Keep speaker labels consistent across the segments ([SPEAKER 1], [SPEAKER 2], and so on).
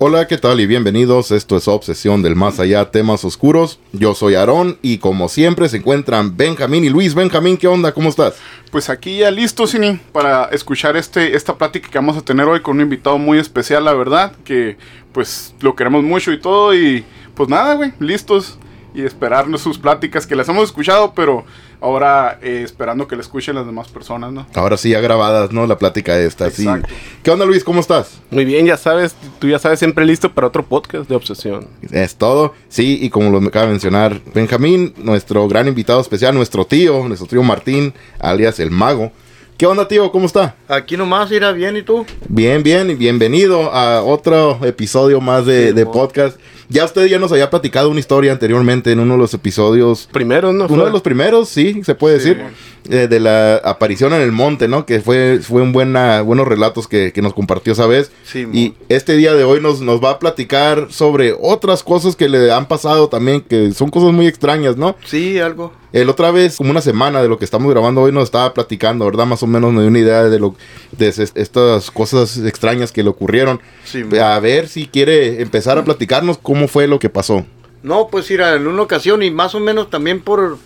[SPEAKER 1] Hola, ¿qué tal y bienvenidos? Esto es Obsesión del Más Allá, temas oscuros. Yo soy Aarón y como siempre se encuentran Benjamín y Luis. Benjamín, ¿qué onda? ¿Cómo estás?
[SPEAKER 2] Pues aquí ya listo, Cini, para escuchar este, esta plática que vamos a tener hoy con un invitado muy especial, la verdad, que pues lo queremos mucho y todo. Y pues nada, güey, listos y esperarnos sus pláticas que las hemos escuchado, pero ahora eh, esperando que la escuchen las demás personas, ¿no?
[SPEAKER 1] Ahora sí, ya grabadas, ¿no? La plática esta, sí.
[SPEAKER 2] Exacto.
[SPEAKER 1] ¿Qué onda, Luis? ¿Cómo estás?
[SPEAKER 3] Muy bien, ya sabes, tú ya sabes, siempre listo para otro podcast de obsesión.
[SPEAKER 1] Es todo. Sí, y como lo acaba de mencionar Benjamín, nuestro gran invitado especial, nuestro tío, nuestro tío Martín, alias el mago. ¿Qué onda, tío? ¿Cómo está?
[SPEAKER 4] Aquí nomás irá bien y tú.
[SPEAKER 1] Bien, bien, y bienvenido a otro episodio más de,
[SPEAKER 4] Sí,
[SPEAKER 1] de
[SPEAKER 4] mo.
[SPEAKER 1] podcast. Ya usted ya nos había platicado una historia anteriormente en uno de los episodios,
[SPEAKER 3] Primero, ¿no?
[SPEAKER 1] uno de los primeros, sí, se puede
[SPEAKER 2] Sí,
[SPEAKER 1] decir, eh, de la aparición en el monte, ¿no? Que fue, fue un buena, buenos relatos que, que nos compartió esa vez.
[SPEAKER 4] Sí, mo.
[SPEAKER 1] Y este día de hoy nos, nos va a platicar sobre otras cosas que le han pasado también, que son cosas muy extrañas, ¿no?
[SPEAKER 4] Sí, algo.
[SPEAKER 1] El otra vez, como una semana de lo que estamos grabando hoy, nos estaba platicando, ¿verdad? Más o menos me dio una idea de, lo, de es- estas cosas extrañas que le ocurrieron.
[SPEAKER 4] Sí, mo.
[SPEAKER 1] A ver si quiere empezar a platicarnos cómo fue lo que pasó.
[SPEAKER 4] No, pues irá en una ocasión y más o menos también por,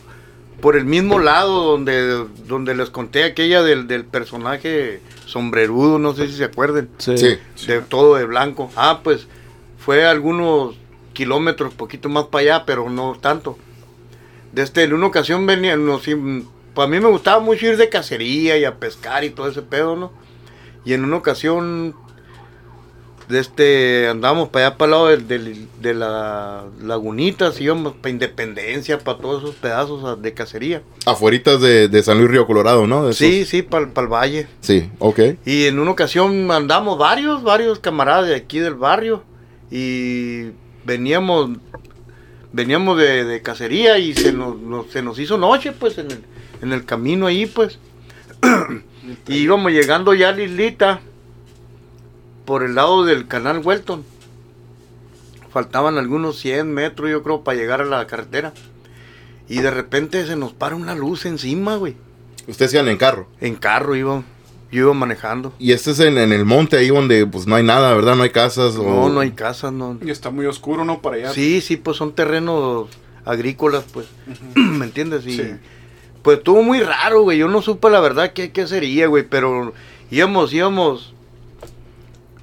[SPEAKER 4] por el mismo lado donde, donde les conté aquella del, del personaje sombrerudo, no sé si se acuerden.
[SPEAKER 3] Sí.
[SPEAKER 1] Sí.
[SPEAKER 4] De todo de blanco. Ah, pues fue algunos kilómetros, poquito más para allá, pero no tanto. Desde en una ocasión venía, nos, para mí me gustaba mucho ir de cacería y a pescar y todo ese pedo, ¿no? Y en una ocasión, desde andamos para allá, para el lado del- del- de, la lagunita, así íbamos para Independencia, para todos esos pedazos ah, de cacería.
[SPEAKER 1] Afueritas de, de San Luis Río Colorado, ¿no? De esos-
[SPEAKER 4] Sí, sí, para el valle.
[SPEAKER 1] Sí, ok.
[SPEAKER 4] Y en una ocasión andamos varios, varios camaradas de aquí del barrio y veníamos, veníamos de, de cacería y se nos, nos- se nos hizo noche pues en el, en el camino ahí pues. y íbamos llegando ya a la islita por el lado del canal Welton. Faltaban algunos 100 metros yo creo para llegar a la carretera. Y de repente se nos para una luz encima, güey.
[SPEAKER 1] Ustedes iban en carro.
[SPEAKER 4] En carro iba, yo iba manejando.
[SPEAKER 1] Y este es en, en el monte ahí donde pues no hay nada, ¿verdad? No hay casas. o-
[SPEAKER 4] No, no hay casas, no.
[SPEAKER 2] Y está muy oscuro, ¿no? Para allá.
[SPEAKER 4] Sí, sí, pues son terrenos agrícolas, pues. ¿Me entiendes? Y,
[SPEAKER 2] Sí.
[SPEAKER 4] Pues estuvo muy raro, güey. Yo no supe la verdad qué, qué sería, güey. Pero íbamos, íbamos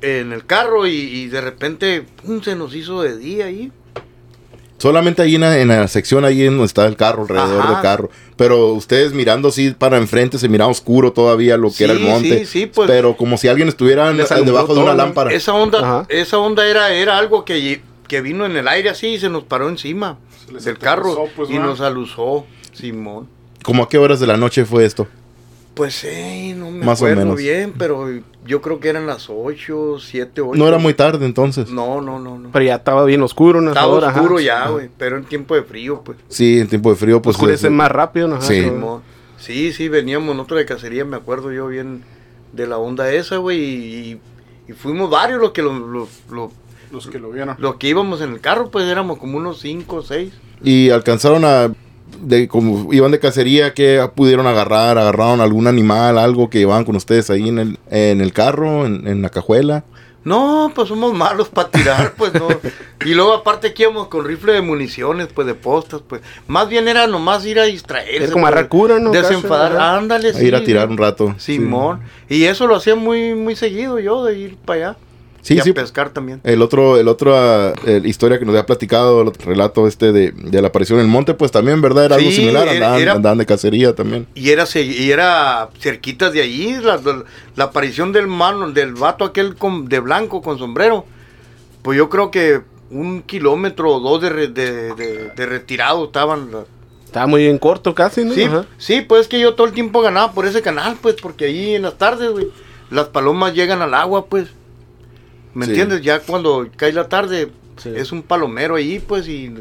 [SPEAKER 4] en el carro y, y de repente pum, se nos hizo de día ahí.
[SPEAKER 1] Solamente ahí en la, en la sección ahí en donde está el carro, alrededor
[SPEAKER 4] Ajá.
[SPEAKER 1] del carro. Pero ustedes mirando así para enfrente se miraba oscuro todavía lo que
[SPEAKER 4] Sí,
[SPEAKER 1] era el monte.
[SPEAKER 4] sí, sí, pues.
[SPEAKER 1] Pero como si alguien estuviera en-
[SPEAKER 2] Les alumbró
[SPEAKER 1] debajo de una
[SPEAKER 2] todo, ¿no?
[SPEAKER 1] lámpara.
[SPEAKER 4] Esa onda,
[SPEAKER 3] Ajá.
[SPEAKER 4] esa onda era, era algo que, que vino en el aire así y se nos paró encima
[SPEAKER 2] Se les
[SPEAKER 4] del carro
[SPEAKER 2] atravesó, pues,
[SPEAKER 4] y
[SPEAKER 2] ¿verdad?
[SPEAKER 4] nos alusó, Simón.
[SPEAKER 1] ¿Cómo a qué horas de la noche fue esto?
[SPEAKER 4] Pues eh, no me
[SPEAKER 1] Más o
[SPEAKER 4] acuerdo
[SPEAKER 1] menos.
[SPEAKER 4] bien, pero yo creo que eran las 8, 7, 8.
[SPEAKER 1] No era muy tarde entonces.
[SPEAKER 4] No, no, no, no.
[SPEAKER 3] Pero ya estaba bien oscuro, ¿no?
[SPEAKER 4] Estaba
[SPEAKER 3] Ahora, ajá.
[SPEAKER 4] oscuro ya, güey, pero en tiempo de frío, pues.
[SPEAKER 1] Sí, en tiempo de frío pues...
[SPEAKER 3] Oscurece
[SPEAKER 1] es-
[SPEAKER 3] más rápido, ¿no? Ajá,
[SPEAKER 1] Sí.
[SPEAKER 3] cabrón.
[SPEAKER 4] Simón. Sí, sí, veníamos nosotros de cacería, me acuerdo yo bien de la onda esa, güey, y, y fuimos varios los que lo- lo- lo-
[SPEAKER 2] Los que lo vieron.
[SPEAKER 4] los que íbamos en el carro, pues éramos como unos 5 o 6.
[SPEAKER 1] Y alcanzaron a... De, como iban de cacería, que pudieron agarrar? ¿Agarraron algún animal, algo que llevaban con ustedes ahí en el, en el carro, en, en la cajuela?
[SPEAKER 4] No, pues somos malos para tirar, pues no. Y luego aparte aquí íbamos con rifle de municiones, pues de postas, pues. Más bien era nomás ir a distraerse.
[SPEAKER 3] Era como
[SPEAKER 4] pues,
[SPEAKER 3] agarrar cura, ¿no?
[SPEAKER 4] Desenfadar,
[SPEAKER 3] Casi, ¿no?
[SPEAKER 4] ándale.
[SPEAKER 1] A ir a
[SPEAKER 4] sí,
[SPEAKER 1] tirar
[SPEAKER 4] güey.
[SPEAKER 1] un rato. sí.
[SPEAKER 4] Simón. Y eso lo hacía muy, muy seguido yo, de ir para allá.
[SPEAKER 1] Sí,
[SPEAKER 4] y
[SPEAKER 1] sí.
[SPEAKER 4] a pescar también.
[SPEAKER 1] El otro, el otro ah, el historia que nos había platicado, el otro relato este de, de la aparición en el monte, pues también, ¿verdad? Era algo
[SPEAKER 4] Sí,
[SPEAKER 1] similar,
[SPEAKER 4] era-
[SPEAKER 1] andaban,
[SPEAKER 4] era-
[SPEAKER 1] andaban de cacería también.
[SPEAKER 4] Y era, ce- y era cerquita de allí, la, la- la aparición del mano, del vato aquel con- de blanco con sombrero. Pues yo creo que un kilómetro o dos de, re- de- de- de retirado estaban las-
[SPEAKER 3] Estaba muy en corto casi, ¿no?
[SPEAKER 4] Sí,
[SPEAKER 3] Ajá.
[SPEAKER 4] sí, pues es que yo todo el tiempo ganaba por ese canal, pues, porque ahí en las tardes, güey, las palomas llegan al agua, pues. ¿Me
[SPEAKER 1] Sí.
[SPEAKER 4] entiendes? Ya cuando cae la tarde,
[SPEAKER 3] Sí.
[SPEAKER 4] es un palomero ahí, pues, y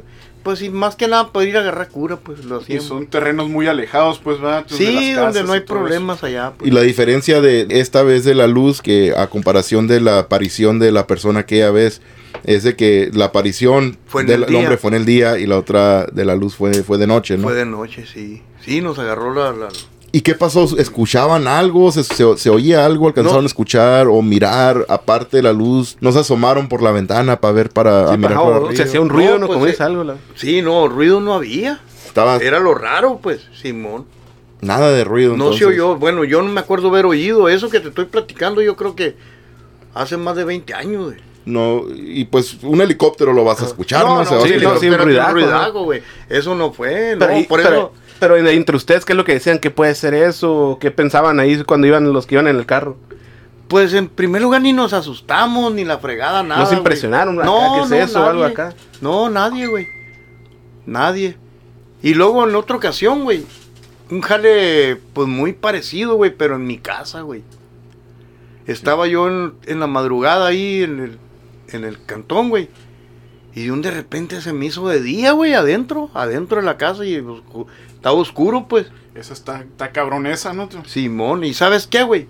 [SPEAKER 4] pues y más que nada para ir a agarrar cura, pues lo
[SPEAKER 2] Y
[SPEAKER 4] hacíamos.
[SPEAKER 2] son terrenos muy alejados, pues, ¿verdad? Donde las
[SPEAKER 4] Sí, donde
[SPEAKER 2] casas
[SPEAKER 4] no
[SPEAKER 2] y
[SPEAKER 4] hay
[SPEAKER 2] todo eso.
[SPEAKER 4] problemas allá, pues.
[SPEAKER 1] Y la diferencia de esta vez de la luz que a comparación de la aparición de la persona aquella vez es de que la aparición
[SPEAKER 4] Fue en
[SPEAKER 1] del
[SPEAKER 4] el día.
[SPEAKER 1] hombre fue en el día y la otra de la luz fue, fue de noche, ¿no?
[SPEAKER 4] Fue de noche, sí. Sí, nos agarró la, la-
[SPEAKER 1] ¿Y qué pasó? ¿Escuchaban algo? ¿Se, se- se oía algo? ¿Alcanzaron a
[SPEAKER 4] No.
[SPEAKER 1] escuchar o mirar? Aparte de la luz, ¿no se asomaron por la ventana para ver para a
[SPEAKER 3] Sí,
[SPEAKER 1] mirar
[SPEAKER 3] bajaba,
[SPEAKER 1] para
[SPEAKER 3] ¿no?
[SPEAKER 1] arriba?
[SPEAKER 3] se hacía un ruido,
[SPEAKER 4] No,
[SPEAKER 3] no,
[SPEAKER 4] pues,
[SPEAKER 3] como
[SPEAKER 4] sí.
[SPEAKER 3] dice algo. la-
[SPEAKER 4] Sí, no, ruido no había.
[SPEAKER 1] Estaba
[SPEAKER 4] Era lo raro, pues, Simón.
[SPEAKER 1] nada de ruido.
[SPEAKER 4] No se
[SPEAKER 1] entonces.
[SPEAKER 4] oyó, bueno, yo no me acuerdo haber oído eso que te estoy platicando, yo creo que hace más de 20 años, güey.
[SPEAKER 1] No, y pues un helicóptero lo vas a escuchar, ¿no? Se va a
[SPEAKER 3] sí,
[SPEAKER 1] escuchar.
[SPEAKER 3] no, sí, un
[SPEAKER 4] pero
[SPEAKER 3] ruidaco,
[SPEAKER 4] ruidaco, güey. Eso no fue,
[SPEAKER 3] Pero,
[SPEAKER 4] no,
[SPEAKER 3] ahí-
[SPEAKER 4] por
[SPEAKER 3] pero-
[SPEAKER 4] eso.
[SPEAKER 3] pero en- entre ustedes, ¿qué es lo que decían? ¿Qué puede ser eso? ¿Qué pensaban ahí cuando iban los que iban en el carro?
[SPEAKER 4] Pues en primer lugar ni nos asustamos, ni la fregada, nada.
[SPEAKER 3] Nos
[SPEAKER 4] güey.
[SPEAKER 3] impresionaron, acá, ¿qué es eso? Algo acá.
[SPEAKER 4] No, nadie, güey. Nadie. Y luego en otra ocasión, güey. Un jale, pues muy parecido, güey, pero en mi casa, güey. Estaba yo en, en la madrugada ahí en el, en el cantón, güey. Y de un de repente se me hizo de día, güey, adentro, adentro de la casa y oscu- estaba oscuro, pues.
[SPEAKER 2] Esa está, está cabrón esa, ¿no? tú?
[SPEAKER 4] Simón, ¿y sabes qué, güey?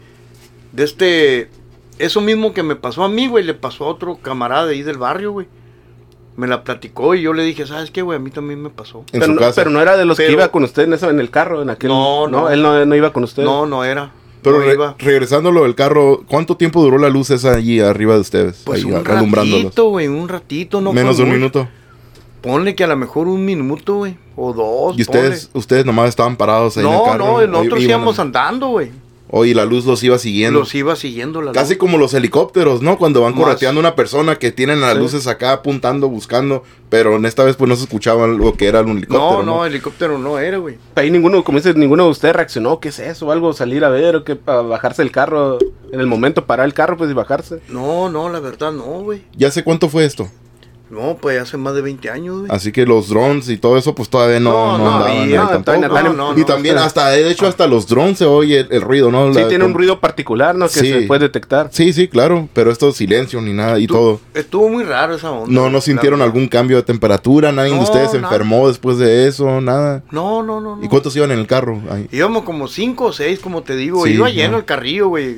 [SPEAKER 4] De este. Eso mismo que me pasó a mí, güey, le pasó a otro camarada de ahí del barrio, güey. Me la platicó y yo le dije, ¿sabes qué, güey? A mí también me pasó.
[SPEAKER 1] En
[SPEAKER 3] pero,
[SPEAKER 1] su
[SPEAKER 3] no,
[SPEAKER 1] casa.
[SPEAKER 3] pero no era de los que
[SPEAKER 4] Pero-
[SPEAKER 3] iba con usted en, eso, en el carro, en aquel.
[SPEAKER 4] No, no.
[SPEAKER 3] él no, no iba con usted.
[SPEAKER 4] No, no era.
[SPEAKER 1] Pero
[SPEAKER 4] No
[SPEAKER 1] re-
[SPEAKER 4] iba.
[SPEAKER 1] regresando a lo del carro, ¿cuánto tiempo duró la luz esa allí arriba de ustedes? ahí
[SPEAKER 4] Pues un
[SPEAKER 1] a- alumbrándolos.
[SPEAKER 4] ratito, güey, un ratito, no
[SPEAKER 1] Menos de
[SPEAKER 4] fue
[SPEAKER 1] un
[SPEAKER 4] mucho.
[SPEAKER 1] minuto.
[SPEAKER 4] Ponle que a lo mejor un minuto, güey, o dos.
[SPEAKER 1] Y ustedes, ustedes nomás estaban parados ahí
[SPEAKER 4] ponle.
[SPEAKER 1] en el
[SPEAKER 4] No,
[SPEAKER 1] carro.
[SPEAKER 4] no,
[SPEAKER 1] o
[SPEAKER 4] nosotros
[SPEAKER 1] iban
[SPEAKER 4] íbamos
[SPEAKER 1] a-
[SPEAKER 4] andando, güey.
[SPEAKER 1] o y la luz los iba siguiendo.
[SPEAKER 4] Los iba siguiendo la
[SPEAKER 1] Casi
[SPEAKER 4] luz.
[SPEAKER 1] como los helicópteros, ¿no? Cuando van
[SPEAKER 4] Más.
[SPEAKER 1] correteando a una persona que tienen las
[SPEAKER 3] Sí.
[SPEAKER 1] luces acá apuntando, buscando, pero en esta vez pues no se escuchaba lo que era un helicóptero.
[SPEAKER 4] No, no, helicóptero no era, güey.
[SPEAKER 3] Ahí ninguno, como dices, ninguno de ustedes reaccionó. ¿Qué es eso? Algo, salir a ver, o que para bajarse el carro. En el momento, parar el carro, pues y bajarse.
[SPEAKER 4] No, no, la verdad no, güey.
[SPEAKER 1] Ya sé cuánto fue esto.
[SPEAKER 4] No, pues hace más de 20 años, güey.
[SPEAKER 1] Así que los drones y todo eso, pues todavía no, no,
[SPEAKER 4] No, no
[SPEAKER 1] andaban ahí
[SPEAKER 3] había,
[SPEAKER 1] tampoco.
[SPEAKER 3] todavía
[SPEAKER 4] no, no,
[SPEAKER 1] y
[SPEAKER 4] no,
[SPEAKER 1] también
[SPEAKER 3] espera.
[SPEAKER 1] hasta, de hecho, hasta los drones se oye el, el ruido, ¿no?
[SPEAKER 3] Sí,
[SPEAKER 1] La-
[SPEAKER 3] tiene un
[SPEAKER 1] con-
[SPEAKER 3] ruido particular, ¿no? Que
[SPEAKER 1] Sí.
[SPEAKER 3] se puede detectar.
[SPEAKER 1] Sí, sí, claro, pero esto silencio ni nada y
[SPEAKER 4] Tú-
[SPEAKER 1] todo.
[SPEAKER 4] Estuvo muy raro esa onda.
[SPEAKER 1] No, no
[SPEAKER 4] güey,
[SPEAKER 1] sintieron
[SPEAKER 4] la-
[SPEAKER 1] algún cambio de temperatura, nadie de
[SPEAKER 4] No,
[SPEAKER 1] ustedes se
[SPEAKER 4] nada.
[SPEAKER 1] enfermó después de eso, nada.
[SPEAKER 4] No, no, no. no.
[SPEAKER 1] ¿Y cuántos iban en el carro? Ay,
[SPEAKER 4] Íbamos como cinco o seis, como te digo.
[SPEAKER 1] Sí,
[SPEAKER 4] Iba
[SPEAKER 1] no.
[SPEAKER 4] lleno el carrillo, güey.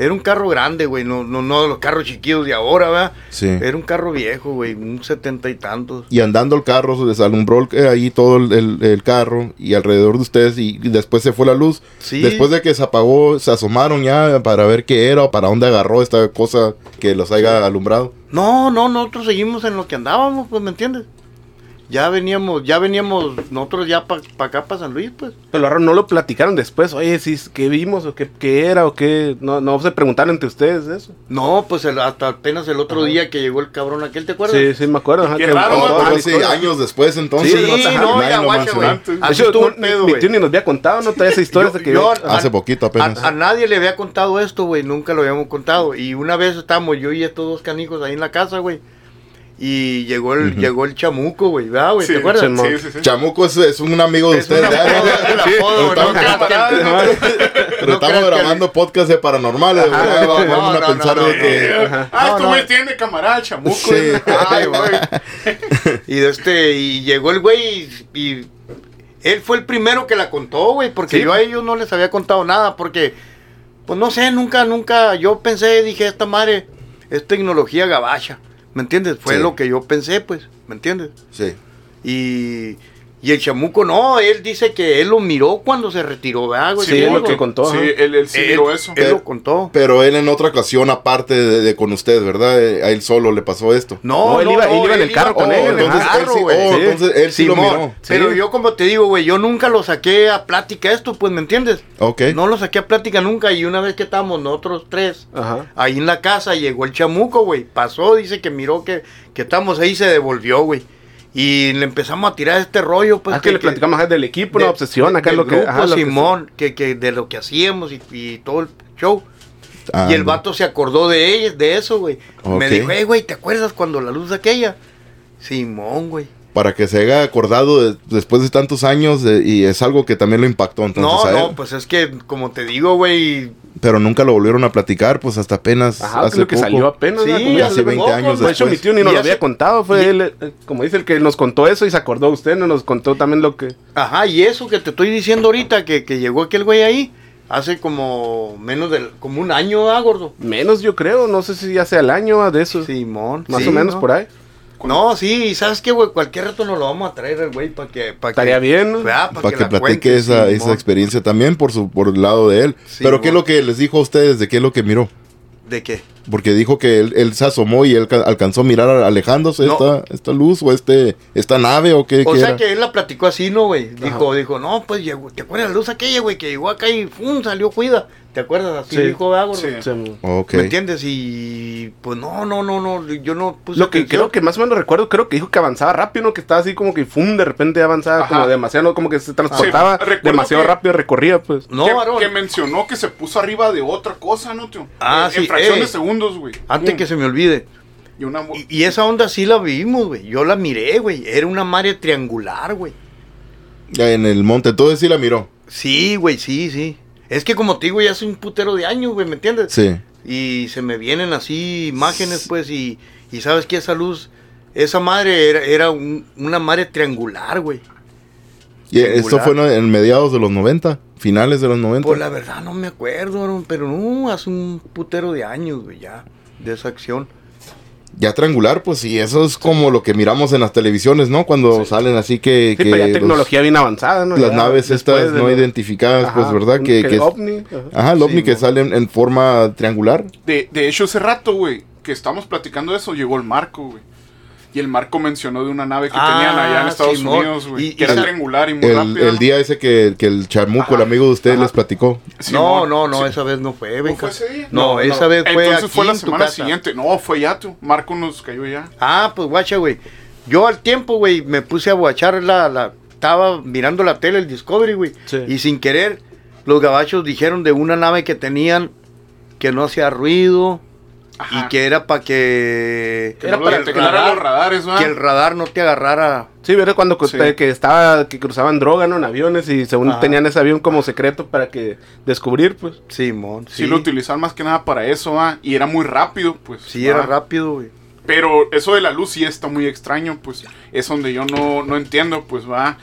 [SPEAKER 4] Era un carro grande, güey. No, no, no de los carros chiquitos de ahora, ¿verdad?
[SPEAKER 1] sí.
[SPEAKER 4] Era un carro viejo, güey. Un setenta y tantos.
[SPEAKER 1] Y andando el carro, se desalumbró el- eh, ahí todo el, el- el carro y alrededor de ustedes y, y después se fue la luz.
[SPEAKER 4] Sí.
[SPEAKER 1] Después de que se apagó, se asomaron ya para ver qué era o para dónde agarró esta cosa que los haya alumbrado.
[SPEAKER 4] No, no, nosotros seguimos en lo que andábamos, pues, ¿me entiendes? Ya veníamos, ya veníamos nosotros ya para acá, para San Luis, pues.
[SPEAKER 3] Pero ahora no lo platicaron después. Oye, sí, ¿qué vimos? ¿O qué, qué era? ¿O qué? No, no se preguntaron entre ustedes eso.
[SPEAKER 4] No, pues el- hasta apenas el otro
[SPEAKER 3] Ajá.
[SPEAKER 4] día que llegó el cabrón aquel, ¿te acuerdas?
[SPEAKER 3] Sí, sí, me acuerdo. ajá,
[SPEAKER 2] Qué
[SPEAKER 3] que-
[SPEAKER 4] Ah,
[SPEAKER 2] raro,
[SPEAKER 3] que-
[SPEAKER 1] Oh,
[SPEAKER 2] no,
[SPEAKER 3] toda la
[SPEAKER 1] pero sí,
[SPEAKER 3] historia.
[SPEAKER 1] años después entonces.
[SPEAKER 4] Sí, no,
[SPEAKER 1] Nadie
[SPEAKER 4] ya
[SPEAKER 1] lo
[SPEAKER 4] guacha, güey.
[SPEAKER 1] mencionó.
[SPEAKER 2] mencionaste.
[SPEAKER 4] Así
[SPEAKER 3] De hecho,
[SPEAKER 4] estuvo
[SPEAKER 3] no-
[SPEAKER 4] el pedo,
[SPEAKER 3] ni,
[SPEAKER 4] güey.
[SPEAKER 3] tú ni nos había contado, ¿no? Todas esas historias
[SPEAKER 4] Yo-
[SPEAKER 3] que
[SPEAKER 4] yo-
[SPEAKER 1] Hace poquito apenas.
[SPEAKER 4] A, a nadie le había contado esto, güey. Nunca lo habíamos contado. Y una vez estábamos yo y estos dos canijos ahí en la casa, güey. Y llegó el,
[SPEAKER 1] Ujú.
[SPEAKER 4] llegó el chamuco, güey. ¿Verdad, güey?
[SPEAKER 2] Sí,
[SPEAKER 4] ¿Te acuerdas?
[SPEAKER 3] Simón.
[SPEAKER 2] sí, sí, sí.
[SPEAKER 1] Chamuco es, es un amigo de
[SPEAKER 4] Es un
[SPEAKER 1] ustedes. ¿verdad?
[SPEAKER 4] apodo, el apodo, güey, no
[SPEAKER 1] Estamos-
[SPEAKER 4] creas que-
[SPEAKER 1] Pero
[SPEAKER 4] no
[SPEAKER 1] estamos
[SPEAKER 4] creas que-
[SPEAKER 1] grabando podcast de paranormales. ¿verdad?
[SPEAKER 4] no,
[SPEAKER 1] Vamos
[SPEAKER 4] no,
[SPEAKER 1] a pensar
[SPEAKER 4] no,
[SPEAKER 1] de
[SPEAKER 4] no.
[SPEAKER 1] que.
[SPEAKER 3] Ajá.
[SPEAKER 2] Ah,
[SPEAKER 4] No,
[SPEAKER 2] tú
[SPEAKER 4] no. eh.
[SPEAKER 2] me entiendes, camarada, chamuco.
[SPEAKER 1] Sí.
[SPEAKER 2] ¿eh? Ay, güey.
[SPEAKER 4] Y de este, y llegó el güey y, y él fue el primero que la contó, güey, porque
[SPEAKER 3] Sí.
[SPEAKER 4] yo a ellos no les había contado nada, porque, pues no sé, nunca, nunca, yo pensé, dije, esta madre es tecnología gabacha, ¿me entiendes? Fue
[SPEAKER 1] Sí.
[SPEAKER 4] lo que yo pensé, pues, ¿me entiendes?
[SPEAKER 1] Sí.
[SPEAKER 4] Y, y el chamuco, no, él dice que él lo miró cuando se retiró, ¿verdad, güey?
[SPEAKER 3] Sí,
[SPEAKER 4] ¿Te
[SPEAKER 3] es lo
[SPEAKER 4] digo?
[SPEAKER 3] que contó.
[SPEAKER 2] Sí,
[SPEAKER 3] ajá.
[SPEAKER 2] él, él sí
[SPEAKER 4] Él-
[SPEAKER 2] miró eso.
[SPEAKER 4] Él lo contó.
[SPEAKER 1] Pero él en otra ocasión, aparte de, de con usted, ¿verdad? Eh, A él solo le pasó esto. Oh,
[SPEAKER 4] No,
[SPEAKER 3] No, él iba- él iba en el carro con él,
[SPEAKER 4] en el
[SPEAKER 1] entonces él
[SPEAKER 4] carro,
[SPEAKER 1] sí-
[SPEAKER 4] güey.
[SPEAKER 1] oh, entonces él sí lo
[SPEAKER 4] Simón,
[SPEAKER 1] miró.
[SPEAKER 4] Pero
[SPEAKER 3] Sí.
[SPEAKER 4] yo, como te digo, güey, yo nunca lo saqué a plática esto, pues, ¿me entiendes?
[SPEAKER 1] Ok.
[SPEAKER 3] ¿Eh?
[SPEAKER 4] No lo saqué a plática nunca. Y una vez que estábamos nosotros tres,
[SPEAKER 3] Ajá.
[SPEAKER 4] ahí en la casa, llegó el chamuco, güey. Pasó, dice que miró que, que estábamos ahí, se devolvió, güey. Y le empezamos a tirar este rollo, pues.
[SPEAKER 3] Ah, que le platicamos ajá, del equipo,
[SPEAKER 4] de-
[SPEAKER 3] una obsesión, acá
[SPEAKER 4] del
[SPEAKER 3] lo que.
[SPEAKER 4] grupo,
[SPEAKER 3] ajá, lo que-
[SPEAKER 4] Simón, que, que de lo que hacíamos y, y todo el show.
[SPEAKER 1] Ah,
[SPEAKER 4] Y el
[SPEAKER 1] no.
[SPEAKER 4] vato se acordó de ella, de eso, güey. Me
[SPEAKER 1] Ok.
[SPEAKER 4] dijo, hey, güey, ¿te acuerdas cuando la luz de aquella? Simón, güey.
[SPEAKER 1] Para que se haya acordado de- después de tantos años de- y es algo que también lo impactó entonces
[SPEAKER 4] No,
[SPEAKER 1] a él.
[SPEAKER 4] no, pues es que, como te digo, güey.
[SPEAKER 1] Pero nunca lo volvieron a platicar, pues hasta apenas
[SPEAKER 3] Ajá,
[SPEAKER 1] hace
[SPEAKER 3] lo que
[SPEAKER 1] poco.
[SPEAKER 3] salió apenas.
[SPEAKER 4] Sí,
[SPEAKER 3] ¿no? Como
[SPEAKER 1] hace
[SPEAKER 3] hace
[SPEAKER 1] 20
[SPEAKER 3] poco,
[SPEAKER 1] años
[SPEAKER 3] De hecho, mi
[SPEAKER 1] después.
[SPEAKER 3] tío ni nos
[SPEAKER 4] Y
[SPEAKER 3] lo
[SPEAKER 4] hace-
[SPEAKER 3] había contado. Fue
[SPEAKER 4] y-
[SPEAKER 3] él, eh, como dice, el que nos contó eso y se acordó usted, no nos contó también lo que.
[SPEAKER 4] Ajá, y eso que te estoy diciendo ahorita, que, que llegó aquel güey ahí, hace como menos de como un año, ah, gordo.
[SPEAKER 3] Menos, yo creo, no sé si hace al año ah, de eso.
[SPEAKER 4] Simón.
[SPEAKER 3] Más
[SPEAKER 4] sí,
[SPEAKER 3] o menos
[SPEAKER 4] ¿no?
[SPEAKER 3] por ahí.
[SPEAKER 4] No, sí, y ¿sabes qué, güey? Cualquier rato nos lo vamos a traer el güey para que... pa' que-
[SPEAKER 3] Estaría bien, ¿no?
[SPEAKER 4] ¿verdad? Pa'
[SPEAKER 1] Para que,
[SPEAKER 4] la
[SPEAKER 1] platique
[SPEAKER 4] cuente,
[SPEAKER 1] esa,
[SPEAKER 4] sí,
[SPEAKER 1] esa
[SPEAKER 4] mo-
[SPEAKER 1] experiencia también por su por el lado de él.
[SPEAKER 4] Sí,
[SPEAKER 1] Pero ¿qué es
[SPEAKER 4] mo-
[SPEAKER 1] lo que les dijo a ustedes? ¿De qué es lo que miró?
[SPEAKER 4] ¿De qué?
[SPEAKER 1] Porque dijo que él, él se asomó y él ca- alcanzó a mirar a- alejándose
[SPEAKER 4] No.
[SPEAKER 1] esta, esta luz o este esta nave o qué.
[SPEAKER 4] O
[SPEAKER 1] qué
[SPEAKER 4] sea
[SPEAKER 1] era.
[SPEAKER 4] que él la platicó así, ¿no, güey? Dijo, dijo, no, pues llegó, ¿te acuerdas la luz aquella, güey? Que llegó acá y ¡fum! salió cuida. ¿Te acuerdas? Así
[SPEAKER 3] Sí.
[SPEAKER 4] dijo, ¿verdad, gordo?
[SPEAKER 2] Sí.
[SPEAKER 3] O sea, lo
[SPEAKER 1] Ok.
[SPEAKER 4] ¿Me entiendes? Y pues no, no, no, no, yo no puse
[SPEAKER 3] que
[SPEAKER 4] atención.
[SPEAKER 3] creo que más o menos recuerdo, creo que dijo que avanzaba rápido, ¿no? Que estaba así como que fum, de repente avanzaba
[SPEAKER 2] Ajá.
[SPEAKER 3] como demasiado, como que se transportaba
[SPEAKER 2] Sí, recuerdo
[SPEAKER 3] demasiado
[SPEAKER 2] que-
[SPEAKER 3] rápido, recorría, pues.
[SPEAKER 4] No,
[SPEAKER 2] que,
[SPEAKER 4] varón.
[SPEAKER 2] que mencionó que se puso arriba de otra cosa, ¿no, tío?
[SPEAKER 4] Ah,
[SPEAKER 2] en,
[SPEAKER 4] sí,
[SPEAKER 2] En fracción
[SPEAKER 4] eh.
[SPEAKER 2] de segundos, güey.
[SPEAKER 4] Antes
[SPEAKER 2] Pum.
[SPEAKER 3] Mm.
[SPEAKER 4] que se me olvide.
[SPEAKER 2] Y una... mo-
[SPEAKER 4] Y, y esa onda sí la vimos, güey. Yo la miré, güey. Era una marea triangular, güey.
[SPEAKER 1] Ya en el monte, entonces sí la miró.
[SPEAKER 4] Sí, güey, sí, sí. Es que como te digo, ya hace un putero de años, güey, ¿me entiendes?
[SPEAKER 1] Sí.
[SPEAKER 4] Y se me vienen así imágenes, pues, y, y sabes que esa luz, esa madre era, era un- una madre triangular, güey. Pues
[SPEAKER 1] Y esto fue en, en mediados de los 90, finales de los 90.
[SPEAKER 4] Pues la verdad no me acuerdo, Aaron, pero no, hace un putero de años, güey, ya, de esa acción.
[SPEAKER 1] Ya triangular, pues sí, eso es como lo que miramos en las televisiones, ¿no? Cuando salen así que...
[SPEAKER 3] Sí,
[SPEAKER 1] que
[SPEAKER 3] pero ya
[SPEAKER 1] los-
[SPEAKER 3] tecnología bien avanzada, ¿no?
[SPEAKER 1] las
[SPEAKER 3] Ya
[SPEAKER 1] naves
[SPEAKER 3] después
[SPEAKER 1] estas
[SPEAKER 3] de
[SPEAKER 1] no
[SPEAKER 3] lo-
[SPEAKER 1] identificadas,
[SPEAKER 3] Ajá,
[SPEAKER 1] pues, ¿verdad?
[SPEAKER 3] un-
[SPEAKER 1] Que, que
[SPEAKER 3] el
[SPEAKER 1] es-
[SPEAKER 3] ovni. ajá.
[SPEAKER 1] Ajá, el
[SPEAKER 4] Sí,
[SPEAKER 1] ovni que
[SPEAKER 4] mo.
[SPEAKER 1] sale en, en forma triangular.
[SPEAKER 2] De, de hecho, hace rato, güey, que estamos platicando de eso, llegó el Marco, güey. Y el Marco mencionó de una nave que
[SPEAKER 4] Ah,
[SPEAKER 2] tenían allá en Estados
[SPEAKER 4] Simón.
[SPEAKER 2] Unidos,
[SPEAKER 4] Y-
[SPEAKER 2] güey.
[SPEAKER 4] y
[SPEAKER 2] Que era
[SPEAKER 4] sa-
[SPEAKER 2] triangular y muy
[SPEAKER 1] El,
[SPEAKER 2] rápida.
[SPEAKER 1] el
[SPEAKER 2] ¿no?
[SPEAKER 1] día ese que, que el chamuco, el amigo de ustedes, les platicó.
[SPEAKER 4] No,
[SPEAKER 2] Simón.
[SPEAKER 4] no, no,
[SPEAKER 2] Sí.
[SPEAKER 4] esa vez no fue,
[SPEAKER 2] ¿No
[SPEAKER 4] ven,
[SPEAKER 2] fue
[SPEAKER 4] ca-
[SPEAKER 2] ese día?
[SPEAKER 4] No, esa vez fue
[SPEAKER 2] Entonces
[SPEAKER 4] aquí
[SPEAKER 2] fue la
[SPEAKER 4] en tu
[SPEAKER 2] semana
[SPEAKER 4] casa.
[SPEAKER 2] siguiente. No, fue ya, tú. Marco nos cayó ya.
[SPEAKER 4] Ah, pues guacha, güey. Yo al tiempo, güey, me puse a guachar la, la... Estaba mirando la tele, el Discovery, güey.
[SPEAKER 3] Sí.
[SPEAKER 4] Y sin querer, los gabachos dijeron de una nave que tenían que no hacía ruido
[SPEAKER 2] Ajá.
[SPEAKER 4] y que era para que...
[SPEAKER 2] Que
[SPEAKER 3] Era
[SPEAKER 2] no
[SPEAKER 3] para
[SPEAKER 2] lo
[SPEAKER 3] el
[SPEAKER 2] detectaran
[SPEAKER 3] radar.
[SPEAKER 2] los radares, ¿verdad?
[SPEAKER 4] Que el radar no te agarrara.
[SPEAKER 3] Sí, ¿verdad? Cuando cu-
[SPEAKER 2] Sí.
[SPEAKER 3] te- que estaba, que cruzaban droga, ¿no? En aviones y según
[SPEAKER 4] Ajá.
[SPEAKER 3] tenían ese avión como secreto para que descubrir, pues.
[SPEAKER 4] Simón, sí.
[SPEAKER 2] Sí, lo utilizaban más que nada para eso, ¿va? Y era muy rápido, pues.
[SPEAKER 4] Sí, era
[SPEAKER 2] ¿va?
[SPEAKER 4] rápido, güey.
[SPEAKER 2] Pero eso de la luz sí está muy extraño, pues. Es donde yo no, no entiendo, pues, va.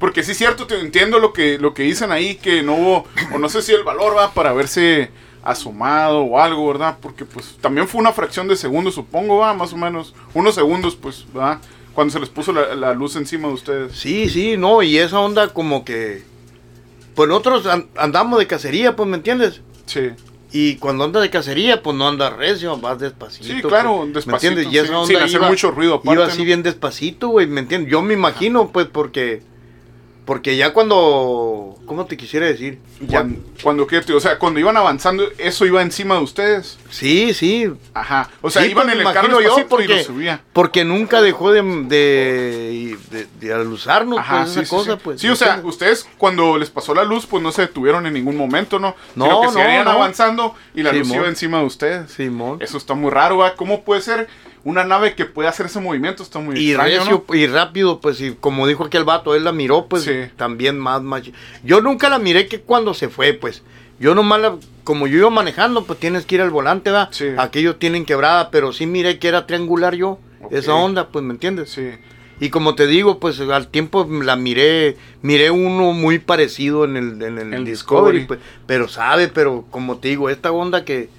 [SPEAKER 2] Porque sí es cierto, te entiendo lo que, lo que dicen ahí, que no hubo, o no sé si el valor va para haberse asomado o algo, ¿verdad? Porque pues también fue una fracción de segundos, supongo, va, más o menos. Unos segundos, pues, va. Cuando se les puso la, la luz encima de ustedes.
[SPEAKER 4] Sí, sí, no, y esa onda como que... Pues nosotros an- andamos de cacería, pues, ¿me entiendes?
[SPEAKER 2] Sí.
[SPEAKER 4] Y cuando andas de cacería, pues no andas recio, vas despacito.
[SPEAKER 2] Sí, claro,
[SPEAKER 4] pues,
[SPEAKER 2] despacito,
[SPEAKER 4] ¿Me entiendes? Y esa
[SPEAKER 2] sí,
[SPEAKER 4] onda
[SPEAKER 2] sin hacer
[SPEAKER 4] iba-
[SPEAKER 2] mucho ruido aparte,
[SPEAKER 4] Iba así
[SPEAKER 2] ¿no?
[SPEAKER 4] bien despacito, güey, ¿me entiendes? Yo me imagino, pues, porque... Porque ya cuando... ¿Cómo te quisiera decir? Ya,
[SPEAKER 2] Cuando, cuando qué, tío? o sea, cuando iban avanzando, eso iba encima de ustedes.
[SPEAKER 4] sí, sí.
[SPEAKER 2] Ajá. O sea,
[SPEAKER 4] Sí,
[SPEAKER 2] iban
[SPEAKER 4] pues,
[SPEAKER 2] en
[SPEAKER 4] me
[SPEAKER 2] el carro
[SPEAKER 4] imagino yo,
[SPEAKER 2] yo y
[SPEAKER 4] porque-
[SPEAKER 2] lo subía.
[SPEAKER 4] Porque nunca dejó de... De, de, de alusarnos,
[SPEAKER 2] Ajá,
[SPEAKER 4] pues,
[SPEAKER 2] sí,
[SPEAKER 4] esa
[SPEAKER 2] sí,
[SPEAKER 4] cosa,
[SPEAKER 2] sí.
[SPEAKER 4] pues.
[SPEAKER 2] Sí,
[SPEAKER 4] ¿me
[SPEAKER 2] o sea,
[SPEAKER 4] entiendes?
[SPEAKER 2] ustedes cuando les pasó la luz, pues no se detuvieron en ningún momento, ¿no?
[SPEAKER 4] No,
[SPEAKER 2] Sino que se
[SPEAKER 4] no,
[SPEAKER 2] iban
[SPEAKER 4] no.
[SPEAKER 2] avanzando y la luz
[SPEAKER 4] Simón.
[SPEAKER 2] iba encima de ustedes.
[SPEAKER 4] Simón.
[SPEAKER 2] Eso está muy raro, ¿va? ¿Cómo puede ser una nave que puede hacer ese movimiento? Está muy
[SPEAKER 4] Y,
[SPEAKER 2] extraño,
[SPEAKER 4] recio, y rápido, pues, y como dijo aquel vato, él la miró, pues,
[SPEAKER 2] Sí.
[SPEAKER 4] también más, más. Yo nunca la miré que cuando se fue, pues. Yo nomás, la- como yo iba manejando, pues tienes que ir al volante, va.
[SPEAKER 2] Sí.
[SPEAKER 4] Aquellos tienen quebrada, pero sí miré que era triangular yo,
[SPEAKER 2] Ok.
[SPEAKER 4] esa onda, pues, ¿me
[SPEAKER 2] ¿no?
[SPEAKER 4] entiendes?
[SPEAKER 2] Sí.
[SPEAKER 4] Y como te digo, pues, al tiempo la miré, miré uno muy parecido en el, en el
[SPEAKER 2] El
[SPEAKER 4] Discovery,
[SPEAKER 2] Discovery.
[SPEAKER 4] pues, pero sabe, pero como te digo, esta onda que,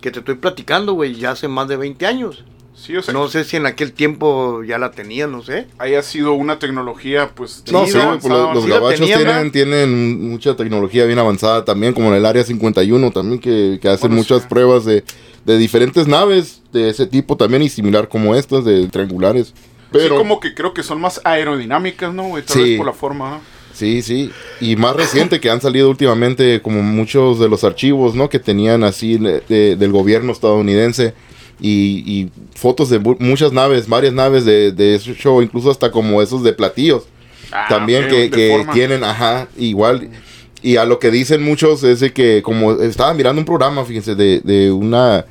[SPEAKER 4] que te estoy platicando, güey, ya hace más de 20 años.
[SPEAKER 2] Sí, o sea,
[SPEAKER 4] No sé si en aquel tiempo ya la tenía, no sé.
[SPEAKER 2] haya sido una tecnología, pues...
[SPEAKER 4] No,
[SPEAKER 2] muy
[SPEAKER 4] sí,
[SPEAKER 1] güey, pues,
[SPEAKER 2] avanzada,
[SPEAKER 1] los, los
[SPEAKER 4] sí la
[SPEAKER 1] gabachos
[SPEAKER 4] tenían,
[SPEAKER 1] tienen, tienen mucha tecnología bien avanzada también, como en el área 51 también, que, que hacen
[SPEAKER 2] Bueno,
[SPEAKER 1] muchas
[SPEAKER 2] sí.
[SPEAKER 1] pruebas de, de diferentes naves de ese tipo también y similar como estas, de triangulares. Pero,
[SPEAKER 2] Sí, como que creo que son más aerodinámicas, ¿no? güey? Tal
[SPEAKER 1] Sí.
[SPEAKER 2] vez por la forma, ¿no?
[SPEAKER 1] Sí, sí. Y más reciente que han salido últimamente, como muchos de los archivos, ¿no? Que tenían así le- de- del gobierno estadounidense. Y, y fotos de mu- muchas naves, varias naves de, de ese show, incluso hasta como esos de platillos.
[SPEAKER 2] Ah,
[SPEAKER 1] también
[SPEAKER 2] ok,
[SPEAKER 1] que,
[SPEAKER 2] de
[SPEAKER 1] que
[SPEAKER 2] forma.
[SPEAKER 1] tienen, ajá, igual. Y a lo que dicen muchos es de que como estaba mirando un programa, fíjense, de, de una...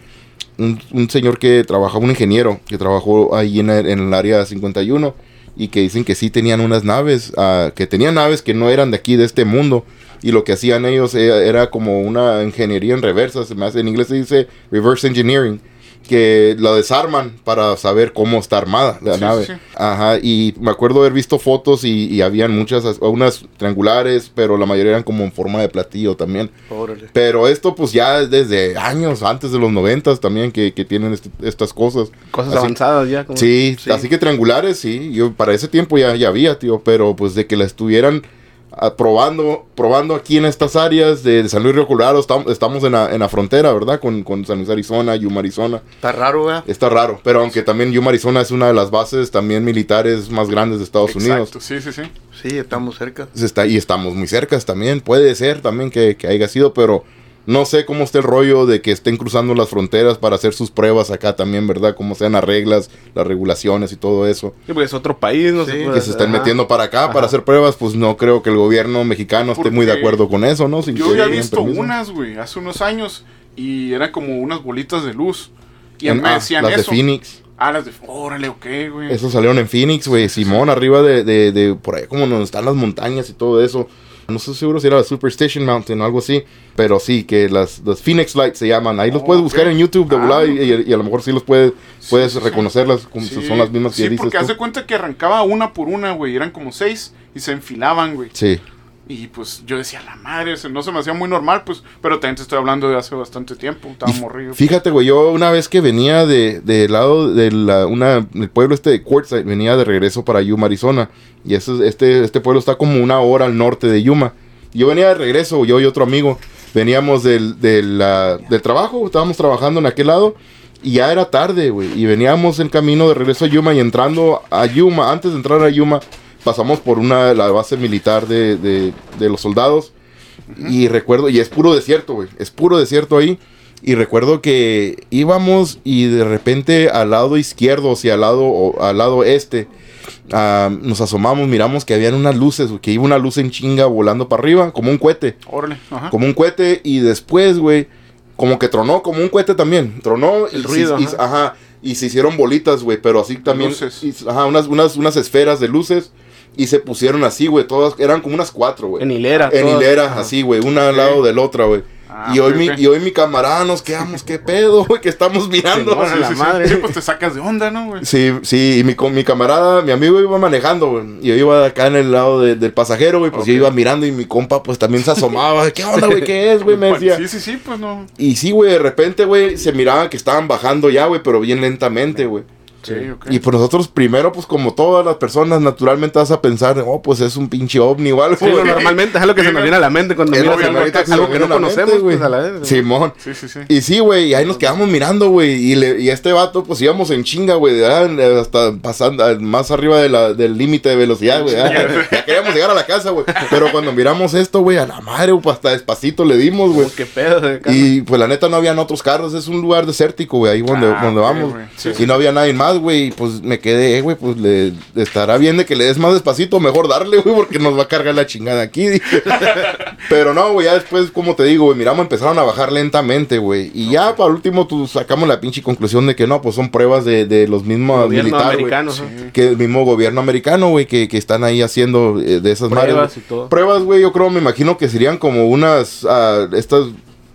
[SPEAKER 1] Un, un señor que trabaja, un ingeniero, que trabajó ahí en el, en el área 51 y que dicen que sí tenían unas naves, ah, que tenían naves que no eran de aquí, de este mundo. Y lo que hacían e, ellos eh, era como una ingeniería en reversa, se me hace en inglés se dice reverse engineering que la desarman para saber cómo está armada la
[SPEAKER 2] Sí,
[SPEAKER 1] nave.
[SPEAKER 2] sí, sí.
[SPEAKER 1] Ajá, y me acuerdo haber visto fotos y, y habían muchas, as- unas triangulares, pero la mayoría eran como en forma de platillo también.
[SPEAKER 4] Órale.
[SPEAKER 1] Pero esto pues ya es desde años, antes de los noventas también que, que tienen est- estas cosas.
[SPEAKER 3] Cosas
[SPEAKER 1] Así-
[SPEAKER 3] avanzadas ya. como-
[SPEAKER 1] Sí,
[SPEAKER 4] Sí.
[SPEAKER 1] así que triangulares, sí. Yo para ese tiempo ya, ya había, tío, pero pues de que la estuvieran ah, probando, probando aquí en estas áreas de, de San Luis Río Colorado, estam- estamos en la, en la frontera, ¿verdad? Con, con San Luis Arizona, Yuma Arizona.
[SPEAKER 4] Está raro, ¿verdad?
[SPEAKER 1] Está raro, pero aunque también Yuma Arizona es una de las bases también militares más grandes de Estados Unidos.
[SPEAKER 2] Exacto, sí, sí, sí.
[SPEAKER 4] Sí, estamos cerca.
[SPEAKER 1] Se está, y estamos muy cercas también, puede ser también que, que haya sido, pero no sé cómo esté el rollo de que estén cruzando las fronteras para hacer sus pruebas acá también, ¿verdad? Cómo sean las reglas, las regulaciones y todo eso.
[SPEAKER 3] Sí, porque pues es otro país, no
[SPEAKER 4] Sí.
[SPEAKER 3] sé.
[SPEAKER 4] Que
[SPEAKER 1] que
[SPEAKER 3] pues,
[SPEAKER 1] se están
[SPEAKER 3] ajá.
[SPEAKER 1] metiendo para acá
[SPEAKER 3] Ajá.
[SPEAKER 1] para hacer pruebas, pues no creo que el gobierno mexicano esté muy de
[SPEAKER 2] Porque
[SPEAKER 1] acuerdo con eso, ¿no? Sin
[SPEAKER 2] Yo
[SPEAKER 1] que
[SPEAKER 2] había
[SPEAKER 1] den
[SPEAKER 2] visto
[SPEAKER 1] permiso.
[SPEAKER 2] unas, güey, hace unos años y eran como unas bolitas de luz. Y a mí
[SPEAKER 1] En-
[SPEAKER 2] me
[SPEAKER 1] ah,
[SPEAKER 2] decían
[SPEAKER 1] las
[SPEAKER 2] eso.
[SPEAKER 1] de Phoenix.
[SPEAKER 2] Ah, las de. Órale, ok, güey.
[SPEAKER 1] Eso salieron en Phoenix, güey. Simón, arriba de, de, de por ahí, como donde están las montañas y todo eso. No estoy seguro si era la Superstition Mountain o algo así. Pero sí, que las, las Phoenix Lights se llaman. Ahí los
[SPEAKER 2] Oh,
[SPEAKER 1] puedes
[SPEAKER 2] ok.
[SPEAKER 1] buscar en YouTube de
[SPEAKER 2] Ah,
[SPEAKER 1] volada y, y- y a lo mejor sí los puedes, puedes
[SPEAKER 2] sí, sí.
[SPEAKER 1] reconocerlas. Como
[SPEAKER 2] Sí,
[SPEAKER 1] son las mismas que
[SPEAKER 2] Sí,
[SPEAKER 1] dices
[SPEAKER 2] porque
[SPEAKER 1] tú.
[SPEAKER 2] hace cuenta que arrancaba una por una, güey. Eran como seis y se enfilaban, güey.
[SPEAKER 1] Sí.
[SPEAKER 2] Y pues yo decía, la madre, se- no se me hacía muy normal, pues. Pero también te estoy hablando de hace bastante tiempo. Estaba
[SPEAKER 1] Y
[SPEAKER 2] morrido.
[SPEAKER 1] Fíjate, güey, yo una vez que venía de, de lado de la, una, el pueblo este de Quartzsite, venía de regreso para Yuma, Arizona. Y eso, es- este, este pueblo está como una hora al norte de Yuma. Yo venía de regreso, yo y otro amigo. Veníamos del, del, ah, del trabajo, estábamos trabajando en aquel lado. Y ya era tarde, güey. Y veníamos en camino de regreso a Yuma y entrando a Yuma, antes de entrar a Yuma, pasamos por una, la base militar de, de, de los soldados. Y recuerdo, y es puro desierto, güey. Es puro desierto ahí. Y recuerdo que íbamos y de repente al lado izquierdo, o sea, al lado, o al lado este, ah, nos asomamos, miramos que habían unas luces, güey, que iba una luz en chinga volando para arriba, como un cohete
[SPEAKER 2] Órale, ajá.
[SPEAKER 1] como un cohete y después, güey, como que tronó como un cohete también. Tronó y,
[SPEAKER 3] El
[SPEAKER 1] se-
[SPEAKER 3] ruido,
[SPEAKER 1] y-
[SPEAKER 3] ajá.
[SPEAKER 1] ajá, y se hicieron bolitas, güey, pero así también.
[SPEAKER 2] Luces.
[SPEAKER 1] y- ajá, unas, unas, unas esferas de luces y se pusieron así, güey, todas, eran como unas cuatro, güey.
[SPEAKER 3] En hilera.
[SPEAKER 1] pues, En
[SPEAKER 3] todas.
[SPEAKER 1] hileras,
[SPEAKER 3] Ajá.
[SPEAKER 1] así, güey, una al
[SPEAKER 2] Ok.
[SPEAKER 1] lado del otra, güey.
[SPEAKER 2] Ah,
[SPEAKER 1] y, hoy
[SPEAKER 2] ok,
[SPEAKER 1] mi,
[SPEAKER 2] ok.
[SPEAKER 1] y hoy mi camarada nos quedamos, qué pedo, güey, que estamos mirando.
[SPEAKER 3] Simón, a la
[SPEAKER 2] Sí, sí, sí.
[SPEAKER 3] madre.
[SPEAKER 2] Sí, pues te sacas de onda, ¿no, güey?
[SPEAKER 1] Sí, sí, y mi, co- mi camarada, mi amigo iba manejando, güey. Y yo iba acá en el lado de- del pasajero, güey, pues
[SPEAKER 2] Ok.
[SPEAKER 1] yo iba mirando y mi compa, pues también se asomaba. ¿Qué onda, güey? ¿Qué es, güey? Me decía.
[SPEAKER 2] Sí, sí, sí, pues no.
[SPEAKER 1] Y sí, güey, de repente, güey, se miraba que estaban bajando ya, güey, pero bien lentamente, güey.
[SPEAKER 2] Sí, ok.
[SPEAKER 1] Y por nosotros primero, pues como todas las personas, naturalmente vas a pensar, oh, pues es un pinche ovni o algo,
[SPEAKER 3] Sí, lo
[SPEAKER 1] güey.
[SPEAKER 3] normalmente es algo que se nos viene a la mente cuando
[SPEAKER 1] Es lo
[SPEAKER 3] miras
[SPEAKER 1] que
[SPEAKER 3] algo,
[SPEAKER 1] ahorita se
[SPEAKER 3] algo
[SPEAKER 1] me
[SPEAKER 3] que
[SPEAKER 1] viene
[SPEAKER 3] no
[SPEAKER 1] a la mente,
[SPEAKER 3] conocemos,
[SPEAKER 1] güey.
[SPEAKER 3] pues, a la vez.
[SPEAKER 1] Simón.
[SPEAKER 2] Sí, sí, sí.
[SPEAKER 1] Y sí, güey, y ahí nos quedamos mirando, güey. Y, le- y este vato, pues íbamos en chinga, güey, de- ah, hasta pasando ah, más arriba de la- del límite de velocidad, güey. ah. Ya queríamos llegar a la casa, güey. Pero cuando miramos esto, güey, a la madre, güey, hasta despacito le dimos, güey.
[SPEAKER 3] Como, ¿Qué pedo? ¿eh? de cara.
[SPEAKER 1] Y pues la neta no habían otros carros, es un lugar desértico, güey, ahí donde,
[SPEAKER 2] Ah,
[SPEAKER 1] donde
[SPEAKER 2] ok,
[SPEAKER 1] vamos.
[SPEAKER 2] güey. Sí,
[SPEAKER 1] y no había nadie más, güey, y pues me quedé, eh, güey, pues le estará bien de que le des más despacito, mejor darle, güey, porque nos va a cargar la chingada aquí. dije. Pero no, güey, ya después, como te digo, güey, miramos, empezaron a bajar lentamente, güey. Y ya para último tú, sacamos la pinche conclusión de que no, pues son pruebas de, de los mismos
[SPEAKER 3] Gobierno
[SPEAKER 1] militares, güey,
[SPEAKER 3] americano, ajá.
[SPEAKER 1] Que el mismo gobierno americano, güey, que, que están ahí haciendo eh, de esas madres, güey.
[SPEAKER 3] Pruebas y todo.
[SPEAKER 1] Pruebas, güey, yo creo, me imagino que serían como unas, ah, estas,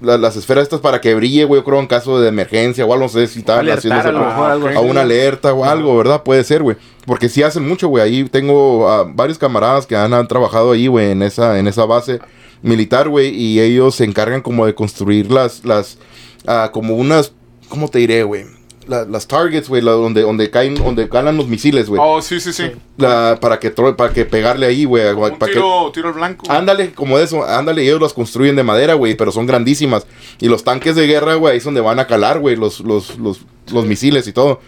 [SPEAKER 1] la- las esferas estas para que brille, güey, yo creo, en caso de emergencia o algo, no sé si estaban
[SPEAKER 3] Alertar
[SPEAKER 1] haciendo
[SPEAKER 3] a lo
[SPEAKER 1] esa-
[SPEAKER 3] mejor,
[SPEAKER 2] Ah,
[SPEAKER 3] algo
[SPEAKER 2] ok.
[SPEAKER 1] a una alerta o algo, ¿verdad? Puede ser, güey. Porque sí hacen mucho, güey. Ahí tengo ah, varios camaradas que han, han trabajado ahí, güey, en esa, en esa base militar, güey. Y ellos se encargan como de construir las, las, ah, como unas, ¿cómo te diré, güey? La- las targets, güey, la- donde, donde caen, donde calan los misiles, güey.
[SPEAKER 2] Oh, sí, sí, sí.
[SPEAKER 1] La- Para que, tro- para que pegarle ahí, güey. Para
[SPEAKER 2] Un
[SPEAKER 1] que, Ah,
[SPEAKER 2] tiro, tiro al blanco. güey.
[SPEAKER 1] Ándale, como eso, ándale, ellos las construyen de madera, güey, pero son grandísimas. Y los tanques de guerra, güey, ahí es donde van a calar, güey, los, los, los, los misiles y todo.